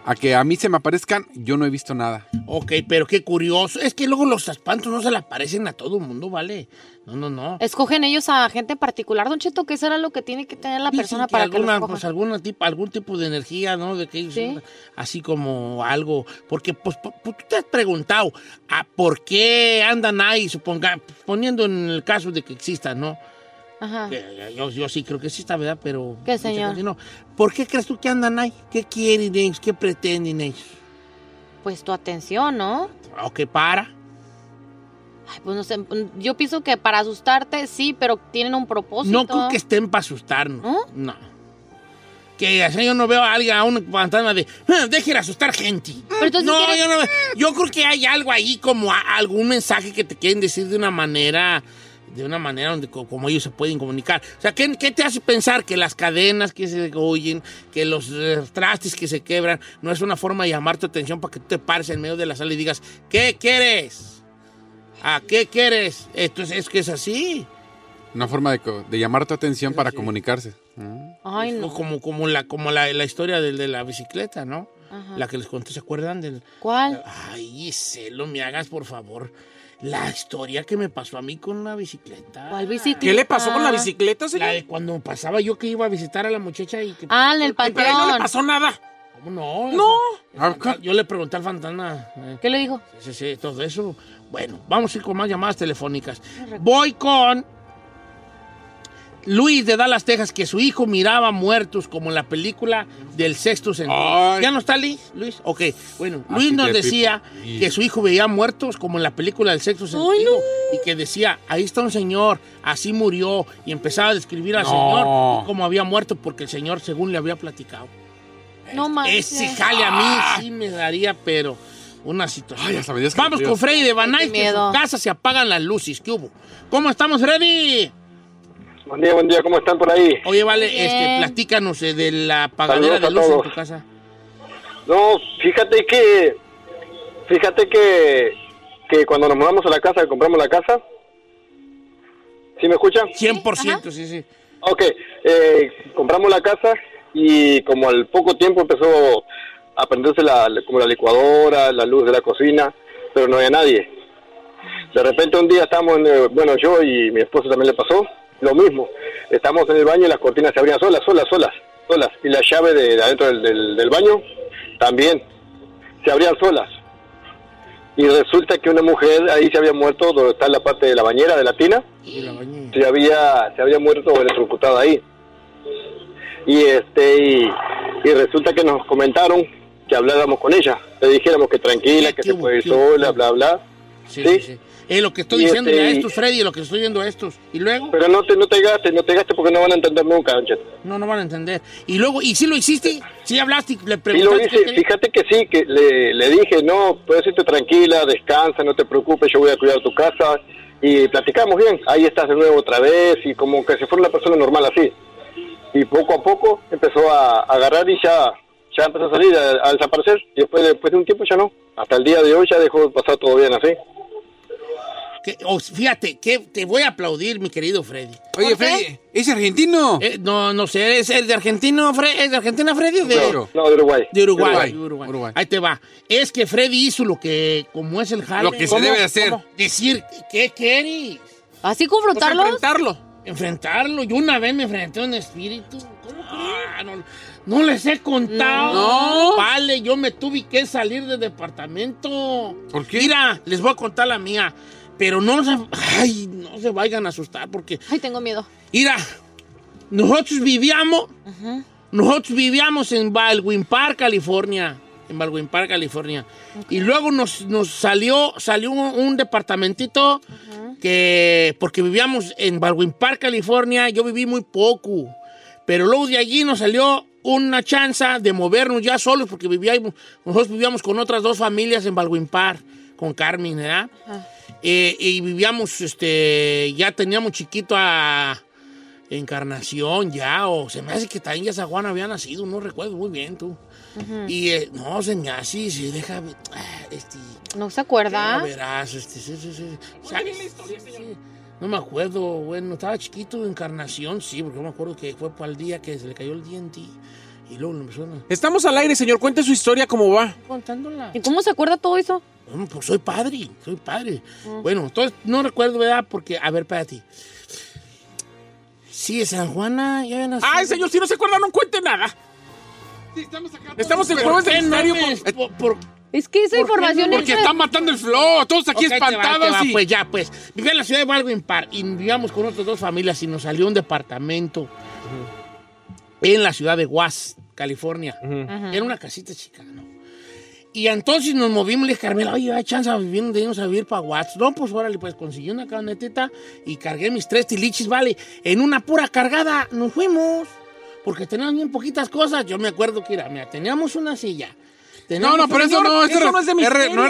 Speaker 3: a que a mí se me aparezcan, yo no he visto nada.
Speaker 1: Ok, pero qué curioso. Es que luego los espantos no se le aparecen a todo el mundo, ¿vale? No, no, no.
Speaker 8: Escogen ellos a gente en particular, Don Cheto, que eso era lo que tiene que tener la
Speaker 1: Dicen
Speaker 8: persona
Speaker 1: que
Speaker 8: para que
Speaker 1: alguna,
Speaker 8: lo
Speaker 1: pues,
Speaker 8: escoja.
Speaker 1: alguna tipo, algún tipo de energía, ¿no? De que así como algo, porque pues, po- pues, tú te has preguntado ¿a por qué andan ahí, suponga, poniendo en el caso de que exista, ¿no?
Speaker 8: Ajá.
Speaker 1: Que Yo, yo sí creo que exista, ¿verdad? Pero
Speaker 8: ¿Qué,
Speaker 1: mucha
Speaker 8: señor?
Speaker 1: gente no. ¿Por qué crees tú que andan ahí? ¿Qué quieren ellos? ¿Qué pretenden ellos?
Speaker 8: Pues tu atención, ¿no?
Speaker 1: ¿O qué para?
Speaker 8: Ay, pues no sé, yo pienso que para asustarte sí, pero tienen un propósito.
Speaker 1: No creo que estén para asustarnos. No. Que o sea, yo no veo a alguien, a un fantasma de, "Ah, deje de asustar gente.
Speaker 8: Ah, entonces
Speaker 1: no,
Speaker 8: quieres-
Speaker 1: yo no veo. Yo creo que hay algo ahí, como a- algún mensaje que te quieren decir de una manera, de una manera donde co- como ellos se pueden comunicar. O sea, ¿qué, qué te hace pensar que las cadenas que se oyen, que los eh, trastes que se quebran, no es una forma de llamar tu atención para que tú te pares en medio de la sala y digas, ¿qué quieres? ¿A qué quieres? Esto es, es que es así.
Speaker 3: Una forma de, co- de llamar tu atención para comunicarse. Mm.
Speaker 8: Ay,
Speaker 1: no. Como, como, la, como la, la historia del de la bicicleta, ¿no?
Speaker 8: Ajá.
Speaker 1: La que les conté, ¿se acuerdan? Del,
Speaker 8: ¿Cuál?
Speaker 1: Ay, Celo, me hagas, por favor, la historia que me pasó a mí con una bicicleta.
Speaker 8: ¿Cuál bicicleta?
Speaker 4: ¿Qué le pasó con
Speaker 8: ah.
Speaker 4: la bicicleta,
Speaker 1: La de cuando pasaba yo que iba a visitar a la muchacha y que...
Speaker 8: Ah, en el
Speaker 1: Ay, pero ahí
Speaker 8: panteón.
Speaker 4: nada.
Speaker 1: ¿Cómo no?
Speaker 4: No. Ah,
Speaker 1: El fantasma- yo le pregunté al fantasma. eh,
Speaker 8: ¿Qué le dijo?
Speaker 1: Sí, sí, sí, todo eso. Bueno, vamos a ir con más llamadas telefónicas. Voy con Luis de Dallas, Texas, que su hijo miraba muertos como en la película del sexto sentido. ¿Ya no está Luis? Luis, ok. Bueno,
Speaker 3: Así
Speaker 1: Luis nos
Speaker 3: de
Speaker 1: decía
Speaker 3: pipi.
Speaker 1: que su hijo veía muertos como en la película del sexto sentido y que decía, ahí está un señor, así murió y empezaba a describir al
Speaker 3: No.
Speaker 1: señor y cómo había muerto porque el señor según le había platicado.
Speaker 8: No manches.
Speaker 1: Ese jale a
Speaker 4: Ah.
Speaker 1: mí sí me daría, pero una situación.
Speaker 3: Ay, hasta me dio
Speaker 1: Vamos
Speaker 3: escalofríos.
Speaker 1: con Freddy de
Speaker 8: Ay,
Speaker 1: Banay,
Speaker 8: qué
Speaker 1: que en
Speaker 8: miedo.
Speaker 1: su casa se apagan las luces. ¿Qué hubo? ¿Cómo estamos, Freddy?
Speaker 14: Buen día, buen día, ¿cómo están por ahí?
Speaker 1: Oye, vale,
Speaker 14: Bien.
Speaker 1: este, platícanos eh, de la apagadera
Speaker 14: Saludos
Speaker 1: de
Speaker 14: a
Speaker 1: luces en
Speaker 14: todos.
Speaker 1: tu casa.
Speaker 14: No, fíjate que, fíjate que, que cuando nos mudamos a la casa, que compramos la casa, ¿sí me escuchan?
Speaker 1: 100%, sí, sí.
Speaker 14: Ok, eh, compramos la casa y como al poco tiempo empezó a prenderse la, como la licuadora, la luz de la cocina, pero no había nadie. De repente un día estamos, en el- bueno, yo y mi esposo también le pasó lo mismo. Estamos en el baño y las cortinas se abrían solas, solas, solas, solas. Y la llave de, de adentro del, del- del baño también se abrían solas. Y resulta que una mujer ahí se había muerto, donde está la parte de la bañera, de la tina se había se había muerto o electrocutada ahí y este y, y resulta que nos comentaron que habláramos con ella le dijéramos que tranquila que se puede ir sola bla bla
Speaker 1: sí, Es lo que estoy
Speaker 14: este
Speaker 1: diciendo a estos, Freddy, lo que estoy viendo a estos. ¿Y luego?
Speaker 14: pero no te no te gastes no te gastes porque no van a entender nunca Don Cheto.
Speaker 1: No, no van a entender. Y luego, ¿y si lo hiciste? ¿Sí hablaste y le
Speaker 14: y lo
Speaker 1: preguntaste? qué
Speaker 14: hice
Speaker 1: quería?
Speaker 14: fíjate que sí que le, le dije no puedes irte tranquila descansa no te preocupes yo voy a cuidar tu casa y platicamos bien ahí estás de nuevo otra vez y como que si fuera una persona normal así y poco a poco empezó a, a agarrar y ya, ya empezó a salir, a, a desaparecer. Y después, después de un tiempo ya no. Hasta el día de hoy ya dejó de pasar todo bien así.
Speaker 1: Que- o- fíjate, que te voy a aplaudir, mi querido Freddy. Eh,
Speaker 3: Oye, ¿Por qué? Freddy, ¿es argentino?
Speaker 1: no, no sé, ¿es, es de argentino, Fre- ¿es de Argentina, Freddy? o de-
Speaker 3: No,
Speaker 14: no, de Uruguay.
Speaker 1: De Uruguay,
Speaker 3: Uruguay.
Speaker 1: de Uruguay. Ahí te va. Es que Freddy hizo lo que, como es el jale.
Speaker 3: Lo que se debe de hacer.
Speaker 1: Decir, ¿qué quieres? Pues
Speaker 8: ¿Así confrontarlo?
Speaker 1: enfrentarlo. Enfrentarlo. Yo una vez me enfrenté a un espíritu. ¿Cómo
Speaker 3: Ah.
Speaker 1: crees? no, no les he contado.
Speaker 3: No.
Speaker 1: Vale, yo me tuve que salir del departamento.
Speaker 3: ¿Por qué?
Speaker 1: Mira, les voy a contar la mía. Pero no se, ay, no se vayan a asustar porque...
Speaker 8: Ay, tengo miedo.
Speaker 1: Mira, nosotros vivíamos nosotros vivíamos en Baldwin Park, California. En Baldwin Park, California. Y luego nos, nos salió, salió un, un departamentito que, porque vivíamos en Baldwin Park, California, yo viví muy poco. Pero luego de allí nos salió una chance de movernos ya solos, porque vivíamos, nosotros vivíamos con otras dos familias en Baldwin Park, con Carmen, ¿verdad? Eh, y vivíamos, este, ya teníamos chiquito a Encarnación, ya, o se me hace que también ya San Juan había nacido, no recuerdo muy bien tú.
Speaker 2: Mm.
Speaker 1: Y eh, no, se me hace, sí, deja, ver, ah, este,
Speaker 8: ¿No se
Speaker 2: ¿Ah?
Speaker 8: acuerda?
Speaker 1: ya verás, este, sí, sí, sí. ¿Sabes? Sí, sí. No me acuerdo, bueno, estaba chiquito, Encarnación, sí, porque yo me acuerdo que fue para el día que se le cayó el diente y luego lo empezó a...
Speaker 4: Estamos al aire, señor. Cuente su historia, ¿cómo va?
Speaker 1: Contándola.
Speaker 8: ¿Y cómo se acuerda todo eso? Mm.
Speaker 1: Bueno, pues soy padre, soy padre. Bueno, entonces no recuerdo, ¿verdad? Porque, a ver, para ti. Sí, de San Juana, ya había nacido.
Speaker 4: Ay, señor, si no se acuerda, no cuente nada. Estamos en
Speaker 1: ¿Por
Speaker 4: jueves de
Speaker 1: qué no
Speaker 4: misterio.
Speaker 1: me- por- por-
Speaker 8: Es que
Speaker 1: ¿Por
Speaker 8: esa
Speaker 1: qué
Speaker 8: información
Speaker 1: no?
Speaker 8: es...
Speaker 1: Porque están
Speaker 3: matando el flow, todos aquí
Speaker 1: Ok, ahí te va, ahí te
Speaker 3: espantados
Speaker 1: va,
Speaker 3: y-
Speaker 1: Pues ya, pues. Vivía en la ciudad de Baldwin Park y vivíamos con otras dos familias y nos salió un departamento en la ciudad de Guas, California. Era una casita chica, ¿no? Y entonces nos movimos, le dije, Carmela, oye, hay chance de vivir, de irnos a vivir para Watts. No, pues órale, pues conseguí una camionetita y cargué mis tres tilichis, vale. En una pura cargada nos fuimos, porque teníamos bien poquitas cosas. Yo me acuerdo que era, mira, teníamos una silla.
Speaker 3: No, no, pero eso no, eso no es de misterio.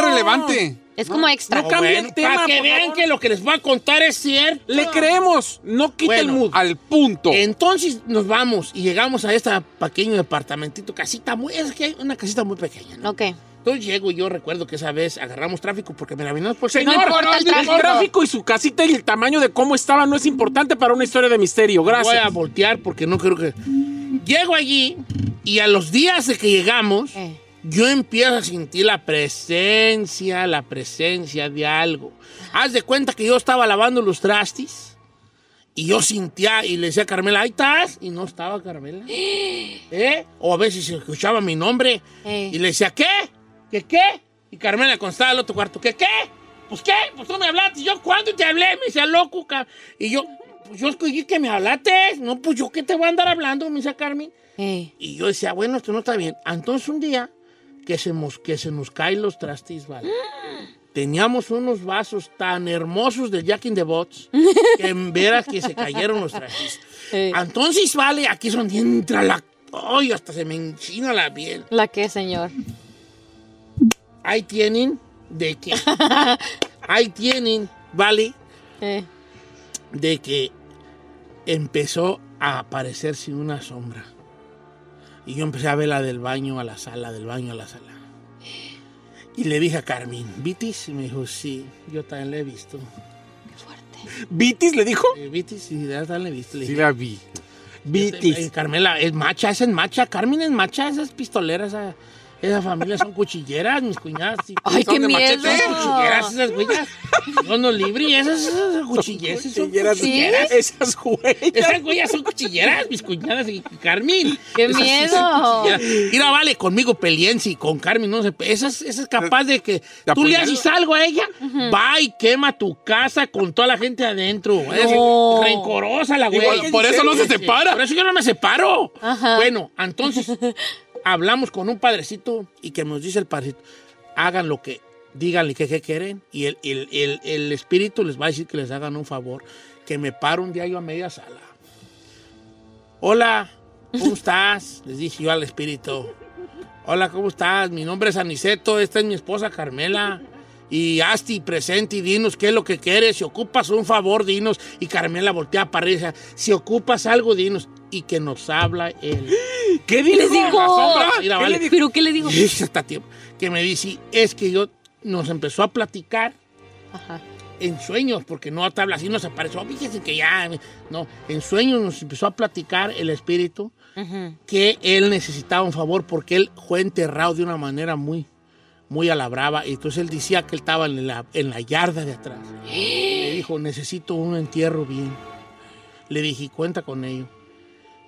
Speaker 8: Es como extra.
Speaker 1: No cambia el tema. Para que vean que lo que les voy a contar es cierto.
Speaker 4: Le creemos. No quita el mood.
Speaker 3: Al punto.
Speaker 1: Entonces nos vamos y llegamos a este pequeño departamentito, casita muy. Es que hay una casita muy pequeña, ¿no?
Speaker 8: Ok.
Speaker 1: Entonces llego y yo recuerdo que esa vez agarramos tráfico porque me la vinimos por
Speaker 4: Señor, el,
Speaker 1: tráfico.
Speaker 4: tráfico y su casita y el tamaño de cómo estaba no es importante para una historia de misterio. Gracias.
Speaker 1: Voy a voltear porque no creo que. Llego allí y a los días de que llegamos, yo empiezo a sentir la presencia, la presencia de algo. Haz de cuenta que yo estaba lavando los trastes y yo sentía y le decía a Carmela, ahí estás, y no estaba Carmela. ¿Eh? O a veces escuchaba mi nombre y le decía, ¿qué? ¿Qué qué? Y Carmela constaba al otro cuarto, ¿qué qué? Pues qué, pues tú me hablaste, yo cuando te hablé, me decía loco, ca-". y yo, pues yo escogí que me hablaste, no, pues yo qué te voy a andar hablando, me decía Carmen. Y yo decía, bueno, esto no está bien. Entonces un día que se, mos- que se nos caen los trastes, ¿vale?
Speaker 12: ¿Mm?
Speaker 1: Teníamos unos vasos tan hermosos de Jack in the Box que en veras que se cayeron los trastes. Entonces, vale, aquí es donde entra la... ¡Ay, hasta se me enchina la piel!
Speaker 8: ¿La qué, señor?
Speaker 1: Ahí tienen de que... ahí tienen, vale,
Speaker 8: Eh.
Speaker 1: de que empezó a aparecerse una sombra. Y yo empecé a ver la del baño a la sala, del baño a la sala. Y le dije a Carmen, ¿Vitis? Y me dijo, sí, yo también la he visto. Eh,
Speaker 4: ¿Vitis le dijo?
Speaker 1: Vitis, sí, ya también la he visto. Le
Speaker 3: Sí
Speaker 1: dije,
Speaker 3: la vi.
Speaker 1: Vitis. Carmela, es macha, esa es macha. Carmen es macha, esas pistoleras, esa, esa familia son cuchilleras, mis cuñadas. sí.
Speaker 8: Ay,
Speaker 1: Son
Speaker 8: qué
Speaker 1: de
Speaker 8: miedo.
Speaker 1: machete. Son cuchilleras esas güeyas. Yo no libre, esas, esas cuchilleras. Son cuchilleras.
Speaker 4: Esas güeyas.
Speaker 1: Esas güeyas son cuchilleras, mis cuñadas y Carmen.
Speaker 8: ¡Qué
Speaker 1: Esas sí
Speaker 8: miedo!
Speaker 1: son cuchilleras. Mira, vale, conmigo peliense y con Carmen, no sé. Esa es, esa es capaz de que tú le
Speaker 3: apuñalar?
Speaker 1: haces algo a ella, va y quema tu casa con toda la gente adentro. Es rencorosa la güey.
Speaker 3: Igual, por eso no se separa.
Speaker 1: Por eso yo no me separo.
Speaker 3: Ajá.
Speaker 1: Bueno, entonces hablamos con un padrecito y que nos dice el padrecito, hagan lo que, díganle que, que quieren y el, el- el- el espíritu les va a decir que les hagan un favor, que me paro un día yo a media sala. Hola, ¿cómo estás? Les dije yo al espíritu. Hola, ¿cómo estás? Mi nombre es Aniceto, esta es mi esposa Carmela. Y hazte y presente y dinos qué es lo que quieres. Si ocupas un favor, dinos. Y Carmela voltea para arriba. y dice, Si ocupas algo, dinos. Y que nos habla él.
Speaker 4: ¿Qué
Speaker 8: Les digo.
Speaker 1: Mira,
Speaker 8: ¿Qué
Speaker 1: vale.
Speaker 8: le dijo? ¿Pero qué le digo?
Speaker 1: Y hasta tiempo. Que me dice, es que yo nos empezó a platicar en sueños, porque no te habla así, nos apareció, fíjese que ya, no, en sueños nos empezó a platicar el espíritu que él necesitaba un favor porque él fue enterrado de una manera muy, muy a la brava. Y entonces él decía que él estaba en la, en la yarda de atrás. Le dijo, necesito un entierro bien. Le dije, cuenta con ello.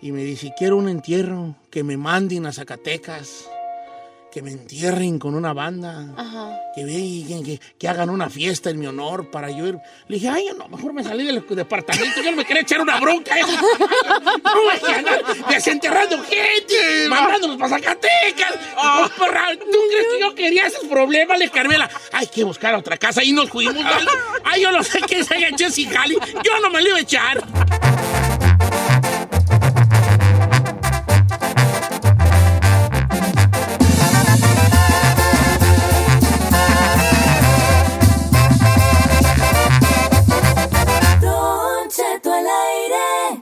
Speaker 1: Y me dice, quiero un entierro, que me manden a Zacatecas, que me entierren con una banda
Speaker 8: Ajá.
Speaker 1: que, ve- que, que- que hagan una fiesta en mi honor para yo ir. Le dije, ay, no, mejor me salí del departamento, yo no me quería echar una bronca. ¿eh? No voy a andar desenterrando gente, mandándolos para Zacatecas. Oh, porra, ¿Tú crees que yo quería esos problemas, Le Carmela? Hay que buscar otra casa y nos fuimos. ¿vale? Ay, yo no sé qué se haya hecho sin Cali, yo no me lo iba a echar.
Speaker 5: Don Cheto al aire.